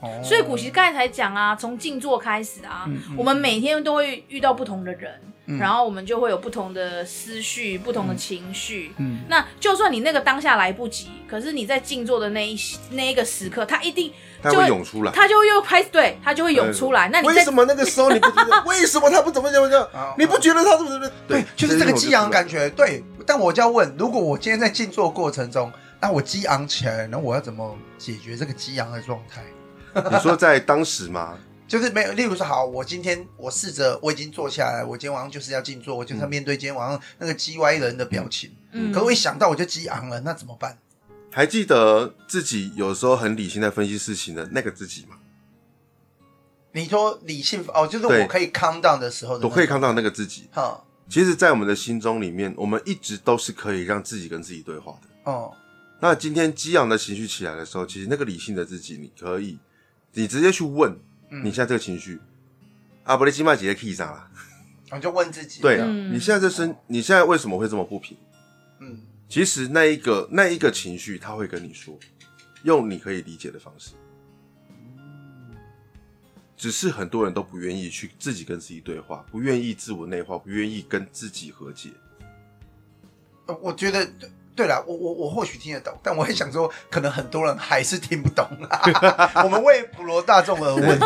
Speaker 2: 啊啊
Speaker 1: 所以古奇刚才才讲啊，从静坐开始啊，
Speaker 2: 嗯嗯
Speaker 1: 我们每天都会遇到不同的人，
Speaker 2: 嗯
Speaker 1: 然后我们就会有不同的思绪、不同的情绪。
Speaker 2: 嗯，
Speaker 1: 那就算你那个当下来不及，可是你在静坐的那一那一个时刻，它一定
Speaker 3: 它
Speaker 1: 就
Speaker 3: 会涌
Speaker 2: 啊
Speaker 3: 出来。
Speaker 1: 它就又开始对，它就会涌出来。那你
Speaker 3: 为
Speaker 1: 在
Speaker 3: 什么那个时候你不 觉得？为什么他不怎么怎么样
Speaker 2: 哦？
Speaker 3: 你不觉得他怎么怎么？
Speaker 2: 对，就是这个激昂的感
Speaker 3: 觉。
Speaker 2: 觉。对，但我就要问，如果我今天在静坐过程中，那我激昂起来了，那我要怎么解决这个激昂的状态？
Speaker 3: 你说在当时吗？
Speaker 2: 就是没有，例如说，好，我今天我试着我已经坐下来，我今天晚上就是要静坐，我就是
Speaker 3: 嗯
Speaker 2: 要面对今天晚上那个 G Y 人的表情。
Speaker 1: 嗯
Speaker 2: 可是我一想到我就激昂了，那怎么办？
Speaker 3: 还记得自己有时候很理性在分析事情的那个自己吗？
Speaker 2: 你说理性哦，就是
Speaker 3: 对
Speaker 2: 我可以 calm down 的时候的，
Speaker 3: 我可以。看到那个自己。
Speaker 2: 哈，
Speaker 3: 其实，在我们的心中里面，我们一直都是可以让自己跟自己对话的。
Speaker 2: 哦，
Speaker 3: 那今天激昂的情绪起来的时候，其实那个理性的自己，你可以，你直接去问，
Speaker 2: 嗯嗯
Speaker 3: 你现在这个情绪，啊阿伯利基麦姐姐 key 上啦，
Speaker 2: 我就问自己，
Speaker 3: 对
Speaker 2: 啊，
Speaker 1: 嗯
Speaker 3: 你现在这身，你现在为什么会这么不平？
Speaker 2: 嗯，
Speaker 3: 其实那一个那一个情绪，他会跟你说，用你可以理解的方式。只是很多人都不愿意去自己跟自己对话，不愿意自我内化，不愿意跟自己和解。
Speaker 2: 呃我觉得对了，我我我或许听得懂，但我也想说，可能很多人还是听不懂。我们为普罗大众而问。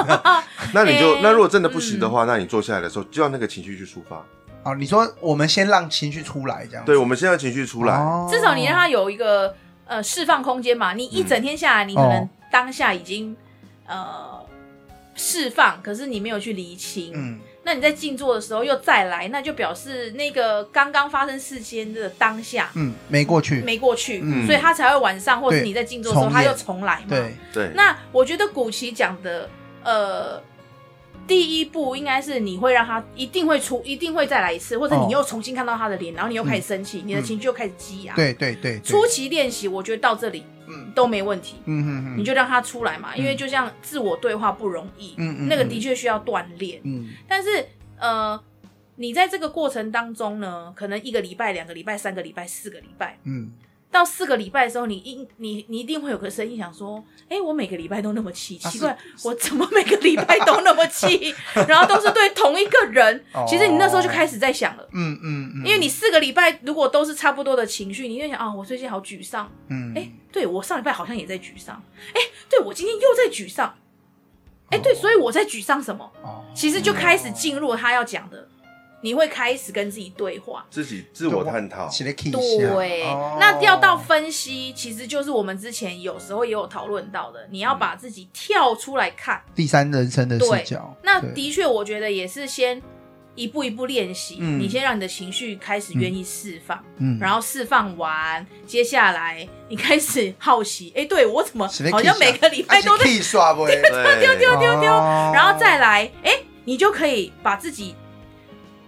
Speaker 3: 那你就、
Speaker 1: 欸
Speaker 3: 那如果真的不行的话，那你坐下来的时候就让那个情绪去抒发。
Speaker 2: 好，你说我们先让情绪出来，这样子
Speaker 3: 对，我们先让情绪出来。
Speaker 2: 哦
Speaker 1: 至少你让他有一个呃释放空间嘛。你一整天下来，你可能
Speaker 2: 嗯哦
Speaker 1: 当下已经、呃释放，可是你没有去厘清。
Speaker 2: 嗯，
Speaker 1: 那你在静坐的时候又再来，那就表示那个刚刚发生事件的当下
Speaker 2: 嗯，没过去，
Speaker 1: 没过去，
Speaker 2: 嗯
Speaker 1: 所以他才会晚上或是
Speaker 2: 对
Speaker 1: 你在静坐的时候
Speaker 2: 重
Speaker 1: 他
Speaker 2: 演
Speaker 1: 又重来嘛。
Speaker 2: 对，
Speaker 3: 对，
Speaker 1: 那我觉得古奇讲的呃第一步应该是你会让他一定会出，一定会再来一次，或者
Speaker 2: 哦
Speaker 1: 你又重新看到他的脸，然后你又开始生气，你的情绪又开始积压。
Speaker 2: 嗯对对对，对
Speaker 1: 初期练习，我觉得到这里
Speaker 2: 嗯
Speaker 1: 都没问题，
Speaker 2: 嗯哼哼，
Speaker 1: 你就让他出来嘛，因为
Speaker 2: 嗯
Speaker 1: 就像自我对话不容易，
Speaker 2: 嗯嗯
Speaker 1: 那个
Speaker 2: 嗯
Speaker 1: 的确需要锻炼。
Speaker 2: 嗯
Speaker 1: 但是呃，你在这个过程当中呢，可能一个礼拜、两个礼拜、三个礼拜、四个礼拜，
Speaker 2: 嗯
Speaker 1: 到四个礼拜的时候，你一你你一定会有个声音想说，哎、我每个礼拜都那么气，
Speaker 2: 啊
Speaker 1: 奇怪，我怎么每个礼拜都那么 气，然后都是对同一个人
Speaker 2: 哦。
Speaker 1: 其实你那时候就开始在想了。
Speaker 2: 嗯嗯嗯，
Speaker 1: 因为你四个礼拜如果都是差不多的情绪，你就想啊，我最近好沮丧。
Speaker 2: 嗯
Speaker 1: 哎、对我上礼拜好像也在沮丧。哎、对我今天又在沮丧。哎、对，所以我在沮丧什么？
Speaker 2: 哦
Speaker 1: 其实就开始进入他要讲的，你会开始跟自己对话。
Speaker 3: 自己自我探讨，
Speaker 2: 起来 k
Speaker 1: 对，
Speaker 2: 哦
Speaker 1: 那要到分析，其实就是我们之前有时候也有讨论到的，你要把自己跳出来看。
Speaker 2: 第三人称的视
Speaker 1: 对
Speaker 2: 角，
Speaker 1: 那
Speaker 2: 对
Speaker 1: 的确，我觉得也是先一步一步练习，
Speaker 2: 嗯
Speaker 1: 你先让你的情绪开始愿意释放，
Speaker 2: 嗯，
Speaker 1: 然后释放完，接下来你开始好奇，哎、对我怎么
Speaker 2: 是在
Speaker 1: 好像
Speaker 2: kiss 啊
Speaker 1: 每个礼拜都在
Speaker 2: 可以刷不？
Speaker 3: 对，
Speaker 1: 丢丢丢，
Speaker 2: 哦
Speaker 1: 然后再来，哎、你就可以把自己，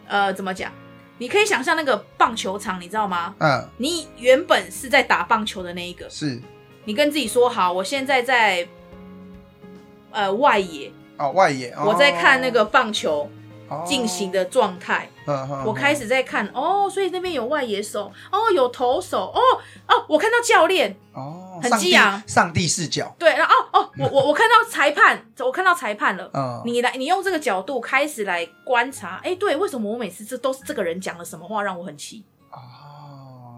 Speaker 1: 呃，怎么讲？你可以想象那个棒球场，你知道吗？
Speaker 2: 嗯
Speaker 1: 你原本是在打棒球的那一个，
Speaker 2: 是
Speaker 1: 你跟自己说好，我现在在呃外野，
Speaker 2: 哦外野，哦
Speaker 1: 我在看那个棒球进行，的状态，
Speaker 2: 哦嗯嗯
Speaker 1: 我开始在看哦，所以那边有外野手，哦有投手，哦哦，我看到教练，
Speaker 2: 哦
Speaker 1: 很
Speaker 2: 上帝
Speaker 1: 激昂
Speaker 2: 上帝视角，
Speaker 1: 对，然后哦哦，我我我看到裁判，我看到裁判了。
Speaker 2: 嗯，
Speaker 1: 你来，你用这个角度开始来观察，哎，对，为什么我每次这都是这个人讲了什么话让我很气？
Speaker 2: 哦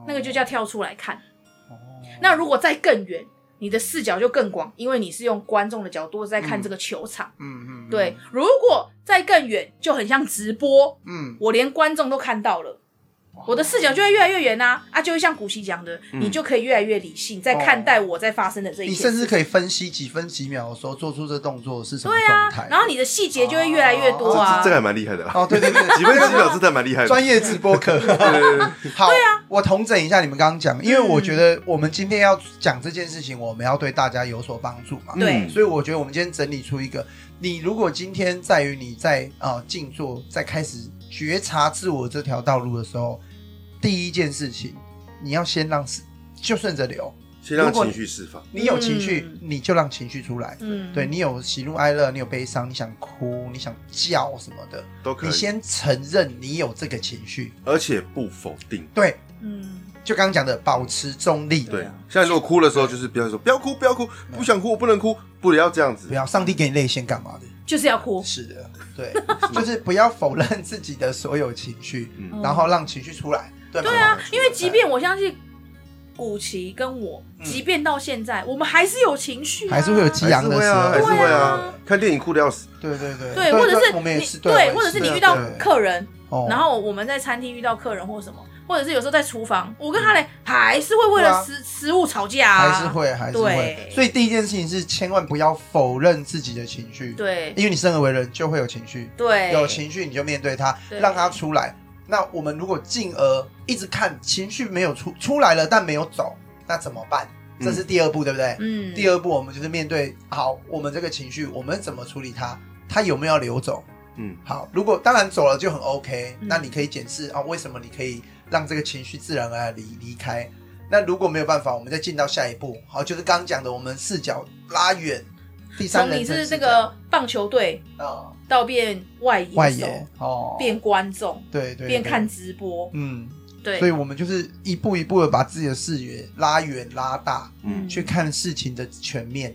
Speaker 1: 那个就叫跳出来看。
Speaker 2: 哦
Speaker 1: 那如果再更远，你的视角就更广，因为你是用观众的角度在看这个球场。
Speaker 2: 嗯嗯嗯
Speaker 1: 对，如果再更远，就很像直播，
Speaker 2: 嗯
Speaker 1: 我连观众都看到了，
Speaker 2: 哇
Speaker 1: 我的视角就会越来越远啊啊！就会像古希讲的，
Speaker 3: 嗯
Speaker 1: 你就可以越来越理性，在看待我在发生的这一
Speaker 2: 你
Speaker 1: 切。
Speaker 2: 甚至可以分析几分几秒的时候做出这动作是什么
Speaker 1: 对
Speaker 2: 状
Speaker 1: 啊
Speaker 2: 态，，
Speaker 1: 然后你的细节就会越来越多啊。
Speaker 3: 这个还蛮厉害的啊，
Speaker 2: 哦对对对，
Speaker 3: 几分几秒真的蛮厉害的，
Speaker 2: 专业直播 课。好，对啊，我统整一下你们刚刚讲，因为
Speaker 1: 嗯
Speaker 2: 我觉得我们今天要讲这件事情，我们要对大家有所帮助
Speaker 3: 嗯
Speaker 2: 嘛。
Speaker 1: 对
Speaker 2: 所以我觉得我们今天整理出一个，你如果今天在于你在呃静坐，在开始觉察自我这条道路的时候，第一件事情，你要先让事就顺着流，
Speaker 3: 先让情绪释放，
Speaker 2: 你有情绪、
Speaker 1: 嗯
Speaker 2: 你就让情绪出来。
Speaker 1: 嗯，
Speaker 2: 对你有喜怒哀乐，你有悲伤，你想哭，你想叫什么的，
Speaker 3: 都可
Speaker 2: 你
Speaker 3: 以，
Speaker 2: 先承认你有这个情绪。
Speaker 3: 而且不否定。
Speaker 2: 对，
Speaker 1: 嗯，
Speaker 2: 就刚刚讲的，保持中立，
Speaker 3: 对，现在如果哭的时候，就是不要说不要哭，不要哭，不想哭，我不能哭，不要这样子
Speaker 2: 不。要上帝给你泪腺干嘛的？
Speaker 1: 就是要哭。
Speaker 2: 是的， 对，就是不要否认自己的所有情绪，
Speaker 1: 嗯
Speaker 2: 然后让情绪出来。对
Speaker 1: 对
Speaker 2: 吧
Speaker 1: 啊，因为即便我相信古奇跟我，
Speaker 2: 嗯
Speaker 1: 即便到现在，我们还是有情绪啊，
Speaker 2: 还是会有激
Speaker 3: 还
Speaker 2: 昂
Speaker 3: 是
Speaker 2: 的
Speaker 3: 会
Speaker 2: 时
Speaker 3: 啊，还是
Speaker 2: 候，
Speaker 3: 会
Speaker 1: 对
Speaker 3: 啊
Speaker 1: 啊。
Speaker 3: 看电影哭的要死，
Speaker 2: 对对对
Speaker 1: 对，或者是
Speaker 2: 我们也是
Speaker 1: 你对，或者是
Speaker 3: 对
Speaker 1: 你遇到
Speaker 2: 对
Speaker 1: 客人，
Speaker 2: 哦
Speaker 1: 然后我们在餐厅遇到客人或什么，或者是有时候在厨房，我跟他嘞还是会为
Speaker 2: 嗯对
Speaker 1: 了
Speaker 2: 啊
Speaker 1: 食食物吵架啊，
Speaker 2: 还是会还是会
Speaker 1: 对。
Speaker 2: 所以第一件事情是千万不要否认自己的情绪，，
Speaker 1: 对
Speaker 2: 因为你生而为人就会有情绪，
Speaker 1: 对
Speaker 2: 有情绪你就面对它，
Speaker 1: 对
Speaker 2: 让它出来。那我们如果进而一直看情绪没有出出来了，但没有走，那怎么办？
Speaker 3: 嗯
Speaker 2: 这是第二步，对不对？
Speaker 1: 嗯，
Speaker 2: 第二步我们就是面对好我们这个情绪，我们怎么处理它，它有没有流走？
Speaker 3: 嗯，
Speaker 2: 好，如果当然走了就很 OK，、
Speaker 1: 嗯
Speaker 2: 那你可以检视啊，为什么你可以让这个情绪自然而然离离开？那如果没有办法，我们再进到下一步，好，就是刚讲的，我们视角拉远，第三
Speaker 1: 从
Speaker 2: 人
Speaker 1: 你
Speaker 2: 称
Speaker 1: 是
Speaker 2: 视
Speaker 1: 那
Speaker 2: 角
Speaker 1: 个棒球队
Speaker 2: 啊、
Speaker 1: 到变外野
Speaker 2: 外
Speaker 1: 手
Speaker 2: 延哦，
Speaker 1: 变观众，
Speaker 2: 对对，
Speaker 1: 变
Speaker 2: 对
Speaker 1: 看直播，
Speaker 2: 嗯，所以
Speaker 1: 对，
Speaker 2: 我们就是一步一步的把自己的视野拉远拉大，
Speaker 3: 嗯
Speaker 2: 去看事情的全面，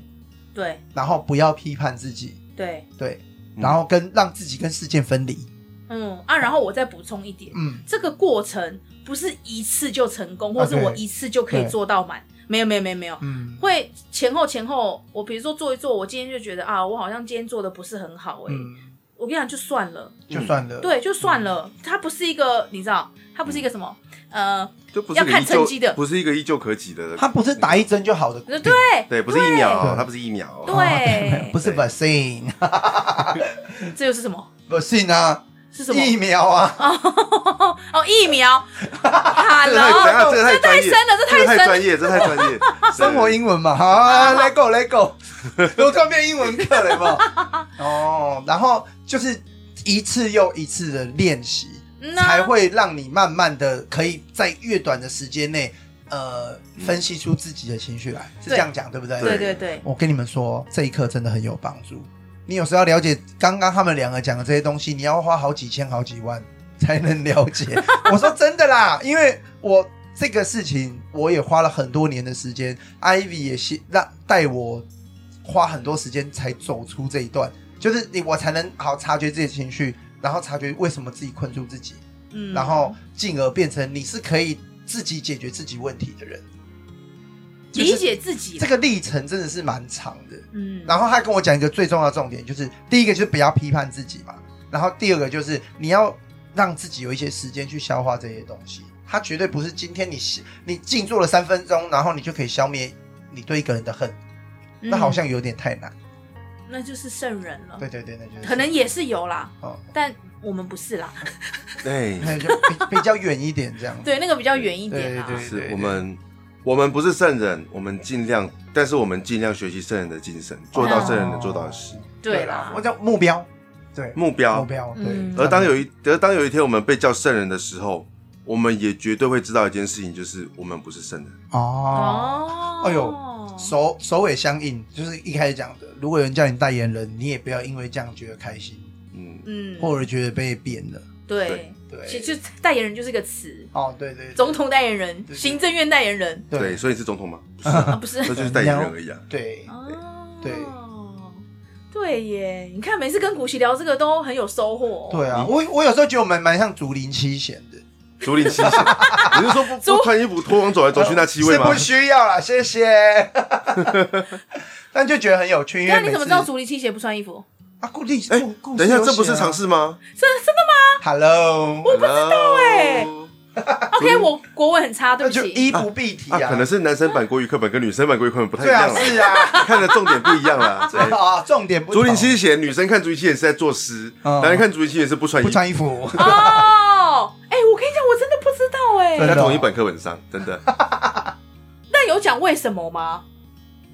Speaker 1: 对
Speaker 2: 然后不要批判自己，
Speaker 1: 对，
Speaker 2: 对，
Speaker 3: 嗯
Speaker 2: 然后跟让自己跟事件分离，
Speaker 1: 嗯啊，然后我再补充一点，
Speaker 2: 嗯，
Speaker 1: 这个过程不是一次就成功，或是
Speaker 2: 啊对
Speaker 1: 我一次就可以
Speaker 2: 对
Speaker 1: 做到满，没有没有没有没有，
Speaker 2: 嗯
Speaker 1: 会前后前后，我比如说做一做，我今天就觉得啊，我好像今天做的不是很好哎、欸
Speaker 2: 嗯，
Speaker 1: 我跟你讲就算了，
Speaker 2: 就
Speaker 3: 嗯
Speaker 2: 算了，
Speaker 1: 对，就算了，它不是一个你知道，它不是一个什么呃，
Speaker 3: 就不是一个
Speaker 1: 要看
Speaker 3: 依旧
Speaker 1: 成绩的
Speaker 3: 不是一个依旧可及的。
Speaker 2: 它不是打一针就好的
Speaker 1: 对
Speaker 2: 病，
Speaker 3: 对，不是疫苗哦
Speaker 2: 对，
Speaker 3: 它不是疫苗哦。
Speaker 1: 对 啊
Speaker 2: 哦对不是
Speaker 3: 对
Speaker 2: vaccine
Speaker 1: 这又是什么？
Speaker 2: vaccine 啊，
Speaker 1: 是什么？
Speaker 2: 疫苗啊，
Speaker 1: 哦，疫苗
Speaker 3: 这个太等一下
Speaker 1: ，Hello，
Speaker 3: 这个太专业
Speaker 1: 深了，这
Speaker 3: 这
Speaker 1: 太
Speaker 3: 个太
Speaker 1: 深了。
Speaker 3: 专业，这个太专业。
Speaker 2: 生活英 文嘛，好啊，let go let go，我突然变英文课了嘛，哦，然后就是一次又一次的练习，
Speaker 1: 嗯呐
Speaker 2: 才会让你慢慢的可以在越短的时间内，呃，分析出自己的情绪来，是
Speaker 1: 对
Speaker 2: 这样讲对不对？
Speaker 1: 对对对，
Speaker 2: 我跟你们说，这一刻真的很有帮助。你有时候要了解刚刚他们两个讲的这些东西，你要花好几千、好几万才能了 解。我说真的啦，因为我这个事情我也花了很多年的时间，Ivy 也是让带我花很多时间才走出这一段，就是你我才能好察觉自己的情绪，然后察觉为什么自己困住自己，
Speaker 1: 嗯，
Speaker 2: 然后进而变成你是可以自己解决自己问题的人。就是
Speaker 1: 理解自己
Speaker 2: 这
Speaker 1: 啦，
Speaker 2: 个历程真的是蛮长的。
Speaker 1: 嗯，
Speaker 2: 然后他跟我讲一个最重要的重点，就是第一个就是不要批判自己嘛，然后第二个就是你要让自己有一些时间去消化这些东西。他绝对不是今天你吸你静坐了三分钟，然后你就可以消灭你对一个人的恨，那好像有点太难。
Speaker 1: 嗯那就是圣人了，
Speaker 2: 对对对，那就是
Speaker 1: 哦可能也是有啦，
Speaker 2: 嗯哦，
Speaker 1: 但我们不是啦，
Speaker 3: 对，
Speaker 2: 那就比比较远一点这样。
Speaker 1: 对，那个比较远一点啊
Speaker 2: 对
Speaker 1: 啦，
Speaker 2: 对
Speaker 3: 是我们我们不是圣人，我们尽量，但是我们尽量学习圣人的精
Speaker 2: 哦
Speaker 3: 神，做到圣人能做到的事。
Speaker 1: 对啦
Speaker 2: 我，叫目标，对
Speaker 3: 目标，
Speaker 2: 目标对
Speaker 1: 嗯。
Speaker 3: 而当有一，而当有一天我们被叫圣人的时候，我们也绝对会知道一件事情，就是我们不是圣人。
Speaker 2: 哦。
Speaker 1: 哦，
Speaker 2: 哎呦首首尾相应，就是一开始讲的。如果有人叫你代言人，你也不要因为这样觉得开心，
Speaker 3: 嗯，
Speaker 1: 嗯，
Speaker 2: 或者觉得被贬了。
Speaker 1: 对
Speaker 2: 哦
Speaker 3: 对，
Speaker 2: 对，
Speaker 1: 其实就代言人就是个词，
Speaker 2: 哦，对对，对
Speaker 1: 总统代言人、
Speaker 2: 对
Speaker 1: 行政院代言人
Speaker 3: 对，
Speaker 2: 对
Speaker 3: 所以你是总统 吗？不是，
Speaker 1: 啊，不是
Speaker 3: 那就是代言人而已啊。
Speaker 2: 对
Speaker 1: 哦，
Speaker 2: 对
Speaker 1: 对耶！你看，每次跟古奇聊这个都很有收获、哦。
Speaker 2: 对啊！我我有时候觉得我们蛮像竹林七贤的，
Speaker 3: 竹林七贤，你是 说不不穿衣服脱光走来走去那七位
Speaker 2: 是
Speaker 3: 吗
Speaker 2: 不？需要啦，谢谢。 但就觉得很有趣，因
Speaker 1: 那
Speaker 2: 为
Speaker 1: 你
Speaker 2: 每
Speaker 1: 怎
Speaker 2: 次
Speaker 1: 么知道竹林七贤不穿衣服？
Speaker 2: 啊？固定
Speaker 3: 哎
Speaker 2: 固固
Speaker 3: 等一下，
Speaker 2: 定有
Speaker 3: 这不是
Speaker 2: 写啊
Speaker 3: 尝试吗？
Speaker 2: ？Hello，
Speaker 3: 我不知道
Speaker 2: 欸
Speaker 1: 哎 OK，我国文很差，对
Speaker 2: 啊那
Speaker 1: 不
Speaker 2: 就
Speaker 1: 起。
Speaker 2: 衣不蔽体
Speaker 3: 啊，可能
Speaker 2: 是
Speaker 3: 是男生版国语课本跟女生版国语课本不太一
Speaker 2: 对啊，
Speaker 3: 样了，
Speaker 2: 是啊，
Speaker 3: 看的重点不一 样了。对
Speaker 2: 啊，重点不
Speaker 3: 竹林
Speaker 2: 同
Speaker 3: 七贤，女生看竹林七贤是在作诗，
Speaker 2: 嗯
Speaker 3: 男人看竹林七贤是不穿衣
Speaker 2: 不
Speaker 3: 服，
Speaker 2: 穿衣服，
Speaker 1: 哦，哎、我跟你讲，我真的不知道哎、
Speaker 2: 真的
Speaker 3: 在同一本课本上，真的。
Speaker 1: 那有讲为什么吗？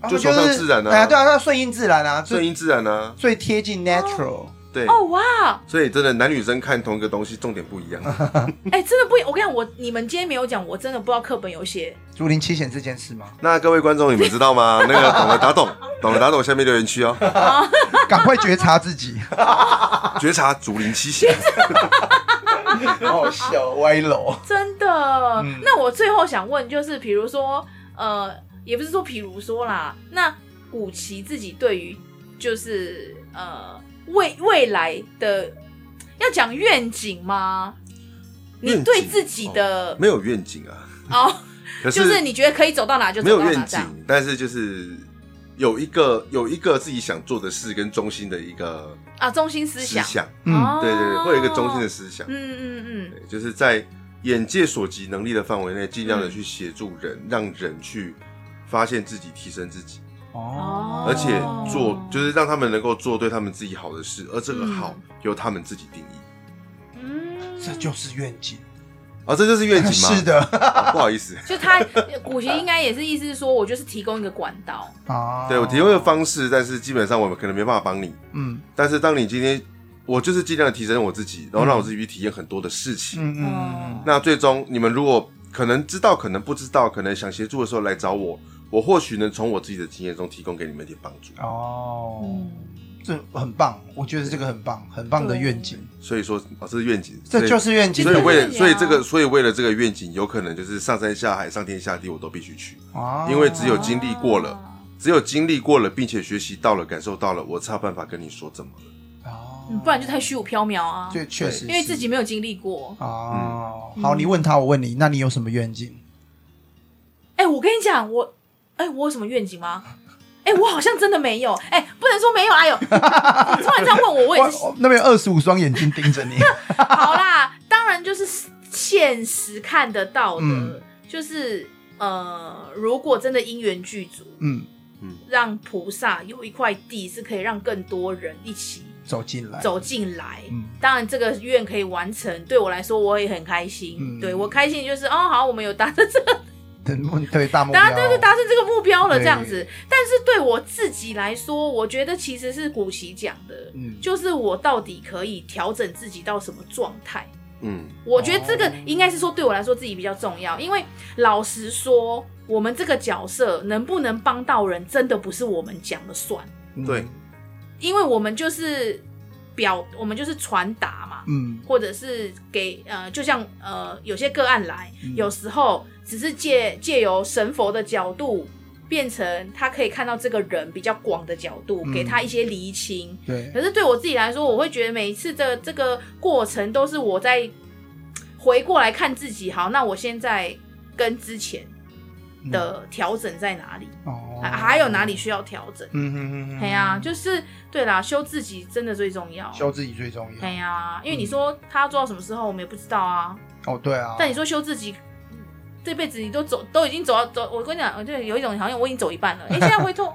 Speaker 2: 啊
Speaker 3: 就
Speaker 2: 就
Speaker 3: 崇尚
Speaker 2: 是
Speaker 3: 自然啊
Speaker 2: 哎呀对啊，那顺应自然啊，
Speaker 3: 顺
Speaker 2: 最
Speaker 3: 应自然啊，
Speaker 2: 最贴近 natural，
Speaker 3: 对，
Speaker 1: 哦哇，
Speaker 3: 所以真的男女生看同一个东西重点不一样。
Speaker 1: 哎、真的不，我跟你讲，我你们今天没有讲，我真的不知道课本有写。
Speaker 2: 竹林七贤这件事吗？
Speaker 3: 那各位观众，你们知道 吗？那个懂了打懂，懂了打懂，下面留言区哦。
Speaker 2: 赶快觉察自 己，
Speaker 3: 觉察竹林七 贤，
Speaker 2: 好笑歪楼。
Speaker 1: 真的。
Speaker 2: 嗯
Speaker 1: 那我最后想问，就是比如说，呃，也不是说，比如说啦，那古奇自己对于就是呃未未来的要讲愿景吗？
Speaker 3: 愿景哦
Speaker 1: 你对自己的
Speaker 3: 没有愿景啊，
Speaker 1: 哦，
Speaker 3: 可
Speaker 1: 就是你觉得可以走到哪就
Speaker 3: 没
Speaker 1: 走
Speaker 3: 有
Speaker 1: 到哪
Speaker 3: 愿
Speaker 1: 这样。
Speaker 3: 景，但是就是有一个有一个自己想做的事跟中心的一个
Speaker 1: 啊，中心思
Speaker 3: 思
Speaker 1: 想，
Speaker 3: 想，
Speaker 2: 嗯，
Speaker 1: 哦
Speaker 3: 对对对，会有一个中心的思想，
Speaker 1: 嗯嗯嗯，
Speaker 3: 对就是在眼界所及能力的范围内，尽量的
Speaker 1: 嗯
Speaker 3: 去协助人，让人去发现自己，提升自己。
Speaker 1: 哦
Speaker 3: 而且做
Speaker 1: 哦
Speaker 3: 就是让他们能够做对他们自己好的事，而这个好
Speaker 1: 嗯
Speaker 3: 由他们自己定义。
Speaker 1: 嗯，
Speaker 2: 这就是愿景。
Speaker 3: 啊，这就是愿景 吗？
Speaker 2: 是的
Speaker 3: 啊，不好意思，
Speaker 1: 就他古奇应该也是意思是说，我就是提供一个管道，
Speaker 2: 啊
Speaker 3: 对我提供一个，方式，但是基本上我们可能没办法帮你。
Speaker 2: 嗯
Speaker 3: 但是当你今天，我就是尽量地提升我自己，然后
Speaker 1: 嗯
Speaker 3: 让我自己去体验很多的事情。
Speaker 2: 嗯嗯
Speaker 1: 哦
Speaker 2: 嗯
Speaker 3: 那最终你们如果可能知道，可能不知道，可能想协助的时候来找我，我或许能从我自己的经验中提供给你们一点帮助。
Speaker 2: 嗯，哦，
Speaker 1: 嗯，
Speaker 2: 这很棒，我觉得这个很棒，很棒的愿景，
Speaker 3: 所以说，啊，这是愿景，
Speaker 2: 这就
Speaker 3: 所以。
Speaker 2: 是愿景
Speaker 3: 所以为
Speaker 1: 这
Speaker 3: 了，
Speaker 1: 就是
Speaker 3: 所以这
Speaker 1: 啊
Speaker 3: 个，所以为了这个愿景，有可能就是上山下海、上天下地，我都必须去。
Speaker 2: 啊
Speaker 3: 因为只有经历过了只有经历过了，并且学习到了、感受到了，我才有办法跟你说怎么了。
Speaker 2: 哦
Speaker 1: 嗯，不然就太虚无缥缈啊。
Speaker 2: 就确实是，
Speaker 1: 因为自己没有经历过。
Speaker 2: 哦，
Speaker 3: 嗯
Speaker 2: 好，你问他，我问你，那你有什么愿景？
Speaker 1: 哎、我跟你讲，我，哎、我有什么愿景吗？哎、我好像真的没有。哎、不能说没有。哎呦，你突然这样问我，我也是
Speaker 2: 我哦我那边二十五双眼睛盯 着你，
Speaker 1: 好啦。当然就是现实看得到的，
Speaker 2: 嗯
Speaker 1: 就是呃，如果真的因缘具足，
Speaker 2: 嗯，
Speaker 1: 让菩萨有一块地是可以让更多人一起
Speaker 2: 走进来，
Speaker 1: 走进来。
Speaker 2: 嗯
Speaker 1: 当然，这个愿可以完成，对我来说我也很开心。
Speaker 2: 嗯
Speaker 1: 对我开心就是哦，好，我们有达到这
Speaker 2: 的目对大目标，
Speaker 1: 达就是达成这个目标了，
Speaker 2: 对
Speaker 1: 这样子。但是对我自己来说，我觉得其实是古奇讲的，
Speaker 2: 嗯
Speaker 1: 就是我到底可以调整自己到什么状态。
Speaker 3: 嗯，
Speaker 1: 我觉得这个
Speaker 2: 哦
Speaker 1: 应该是说对我来说自己比较重要，因为老实说，我们这个角色能不能帮到人，真的不是我们讲了算，
Speaker 2: 嗯
Speaker 3: 对，
Speaker 1: 因为我们就是表，我们就是传达嘛，
Speaker 2: 嗯
Speaker 1: 或者是给呃，就像呃，有些个案来，
Speaker 2: 嗯
Speaker 1: 有时候只是借借由神佛的角度，变成他可以看到这个人比较广的角度，
Speaker 2: 嗯
Speaker 1: 给他一些厘清。
Speaker 2: 对，
Speaker 1: 可是对我自己来说，我会觉得每一次的这个过程都是我在嘖回过来看自己，好，那我现在跟之前
Speaker 2: 嗯
Speaker 1: 的调整在哪里，
Speaker 2: 哦
Speaker 1: 还还有哪里？需要调整？
Speaker 2: 嗯嗯嗯，
Speaker 1: 哎呀、就是对啦，修自己真的最重要。
Speaker 2: 修自己最
Speaker 3: 啊
Speaker 2: 重
Speaker 1: 哎
Speaker 2: 要。
Speaker 1: 呀，因为你说他做到什么时候，我们也不知道啊。
Speaker 3: 嗯
Speaker 2: 哦，对啊，
Speaker 1: 但你说修自己，这辈子你都走，都已经走到走，我跟你讲，我就有一种好像我已经走一半 了，哎、现在回头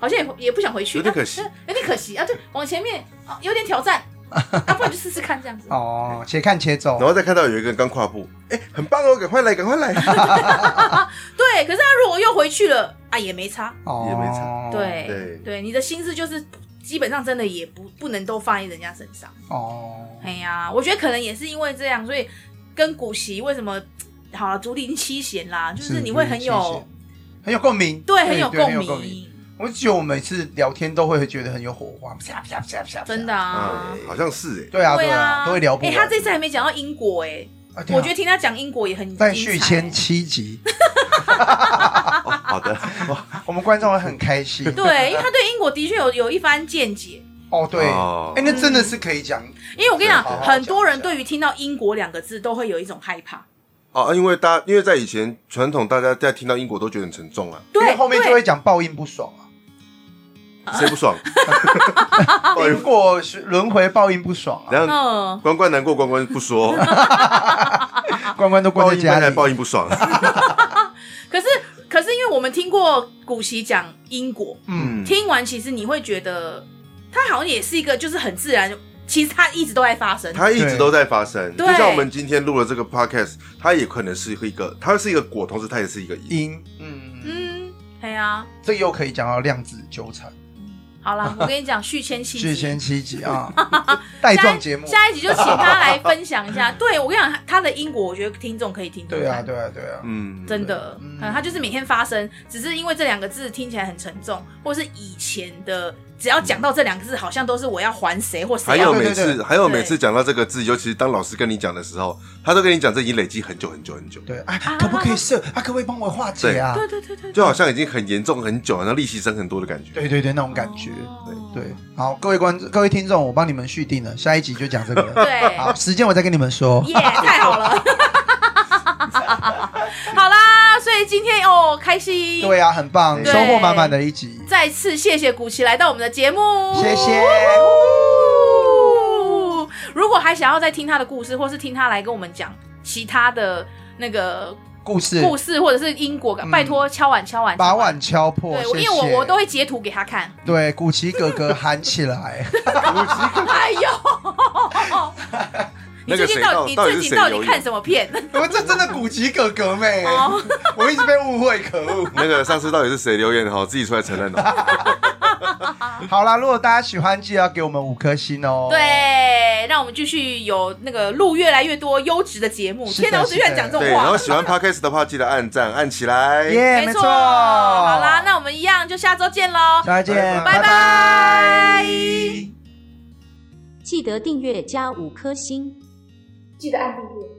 Speaker 1: 好像也也不想回去，
Speaker 3: 有点可惜
Speaker 1: 啊 有点可惜啊，对，往前面啊有点挑 战，啊，不然就试试看这样子。
Speaker 2: 哦，且看且走
Speaker 3: 然。后再看到有一个人刚跨步，哎、很棒哦，赶快来，赶 快来，
Speaker 1: 对，可是他如果又回去了啊，也没差。
Speaker 2: 哦，
Speaker 3: 也没差
Speaker 1: 对、
Speaker 3: 对
Speaker 1: 你的心思就是基本上真的也不不能都放在人家身上。
Speaker 2: 哦，
Speaker 1: 哎呀，我觉得可能也是因为这样，所以跟古奇为什么好了，竹林七贤啦，就是你会很
Speaker 2: 谢
Speaker 1: 有
Speaker 2: 谢很有共鸣，
Speaker 1: 对很有
Speaker 2: 对
Speaker 1: 共
Speaker 2: 很有共鸣。
Speaker 1: 鸣，
Speaker 2: 我觉得我每次聊天都会觉得很有火花，啪啪啪啪啪，
Speaker 1: 真的。啊
Speaker 3: 啊。，好像是哎、
Speaker 2: 对啊，
Speaker 1: 对
Speaker 2: 嗯对啊，
Speaker 1: 啊，
Speaker 2: 都会聊不
Speaker 1: 哎、
Speaker 2: 完。
Speaker 1: 他这次还没讲到英国哎、
Speaker 2: 啊对啊
Speaker 1: 我觉得听他讲英国也很
Speaker 2: 在
Speaker 1: 精
Speaker 2: 续
Speaker 1: 彩
Speaker 2: 签七集，
Speaker 3: 哦，好的，哇
Speaker 2: 我们观众会很开心。
Speaker 1: 对，因为他对英国的确有有一番见解。
Speaker 2: 哦，对，
Speaker 3: 哦
Speaker 2: 哎，那真的是可以讲，
Speaker 1: 因为我跟你讲，
Speaker 2: 对好好
Speaker 1: 很多人
Speaker 2: 讲一下
Speaker 1: 对于听到英国两个字都会有一种害怕。
Speaker 3: 哦，因为大家因为在以前传统，大家在听到英国都觉得很沉重啊，
Speaker 2: 因为
Speaker 1: 对，
Speaker 2: 后面就
Speaker 1: 对
Speaker 2: 会讲报应不爽啊，
Speaker 3: 谁不爽？
Speaker 1: 啊
Speaker 3: 报应
Speaker 2: 因果是轮回报应不爽啊，
Speaker 3: 然后
Speaker 1: 嗯，关
Speaker 3: 关关难过关关不说，
Speaker 2: 关关都 关
Speaker 3: 报
Speaker 2: 在
Speaker 3: 应
Speaker 2: 家
Speaker 3: 还
Speaker 2: 里。
Speaker 3: 报应不爽，
Speaker 1: 可是可是因为我们听过古奇讲英国，
Speaker 2: 嗯，
Speaker 1: 听完其实你会觉得他好像也是一个就是很自然，其实他一直都在发生。
Speaker 3: 它一直都在发生。就
Speaker 1: 对
Speaker 3: 像我们今天录了这个 podcast，它也可能是一个，它是一个果，同时它也是一个因。
Speaker 2: 因，嗯，
Speaker 1: 嗯，对呀、
Speaker 2: 这又可以讲到量子纠缠，
Speaker 1: 好啦，我跟你讲，续签期
Speaker 2: 续签七集 啊，带
Speaker 1: 下
Speaker 2: 状
Speaker 1: 一
Speaker 2: 节目。
Speaker 1: 下一集就请他来分享一 下。对我跟你讲，他的因果，我觉得听众可以听
Speaker 2: 对啊，
Speaker 1: 看
Speaker 2: 对啊，对啊，
Speaker 3: 嗯，
Speaker 1: 真的，
Speaker 2: 嗯
Speaker 1: 嗯，他就是每天发生，只是因为这两个字听起来很沉重，或是以前的，只要讲到这两个字，好像都是我要还谁或
Speaker 3: 还
Speaker 1: 谁要。
Speaker 3: 有
Speaker 2: 对对
Speaker 3: 每次，
Speaker 2: 对
Speaker 3: 还有
Speaker 1: 对
Speaker 3: 每次讲到这个字，尤其是当老师跟你讲的时候，他都跟你讲这已经累积很久很久很久，
Speaker 2: 对啊，可不可以设？啊，可不可以帮我化解啊？
Speaker 1: 对对对对，
Speaker 3: 就好像已经很严重很久，然后利息升很多的感觉。
Speaker 2: 对对对，那种感觉。
Speaker 1: 哦
Speaker 2: 对，好，各位观众、各位听众，我帮你们续订了，下一集就讲这个。
Speaker 1: 对，
Speaker 2: 好，时间我再跟你们说。
Speaker 1: 耶，太好了。 好啦，所以今天哦，开心。
Speaker 2: 对啊，很棒，
Speaker 1: 对
Speaker 2: 收获满满的一集，
Speaker 1: 再次谢谢古奇来到我们的节目，
Speaker 2: 谢谢。
Speaker 1: 哦。如果还想要再听他的故事，或是听他来跟我们讲其他的那个
Speaker 2: 故事
Speaker 1: 故事，或者是英国，拜托敲碗敲碗，
Speaker 2: 嗯把碗敲破，
Speaker 1: 对，
Speaker 2: 谢谢。
Speaker 1: 因为我我都会截图给他 看。
Speaker 2: 对古奇哥哥喊起来，
Speaker 1: 哎呦，你
Speaker 3: 那个
Speaker 1: 最近
Speaker 3: 谁
Speaker 1: 到
Speaker 3: 到
Speaker 1: 你
Speaker 3: 到底
Speaker 1: 最
Speaker 3: 是
Speaker 1: 近
Speaker 3: 谁
Speaker 1: 到
Speaker 3: 留
Speaker 1: 底
Speaker 3: 言
Speaker 1: 看什么片？
Speaker 2: 我这真的古奇哥哥妹，
Speaker 1: 哦，
Speaker 2: 我一直被误会，可恶。
Speaker 3: 那个上次到底是谁留言的哈？自己出来承认 哦。
Speaker 2: 好啦，如果大家喜欢，记得要给我们五颗星哦。，
Speaker 1: 对，让我们继续有那个录越来越多优质的节目。
Speaker 2: 是的
Speaker 1: 天哪，我只愿
Speaker 2: 是的
Speaker 1: 讲这
Speaker 3: 对，
Speaker 1: 种
Speaker 3: 然
Speaker 1: 话
Speaker 3: 后。喜欢 podcast 的话，记得按赞按起来。
Speaker 2: 耶，哎没
Speaker 1: 没
Speaker 2: 错。
Speaker 1: 错，好啦，那我们一样就下周见喽，
Speaker 2: 再见，
Speaker 1: 拜拜。
Speaker 4: 记得订阅加五颗星。
Speaker 5: 记得按订阅。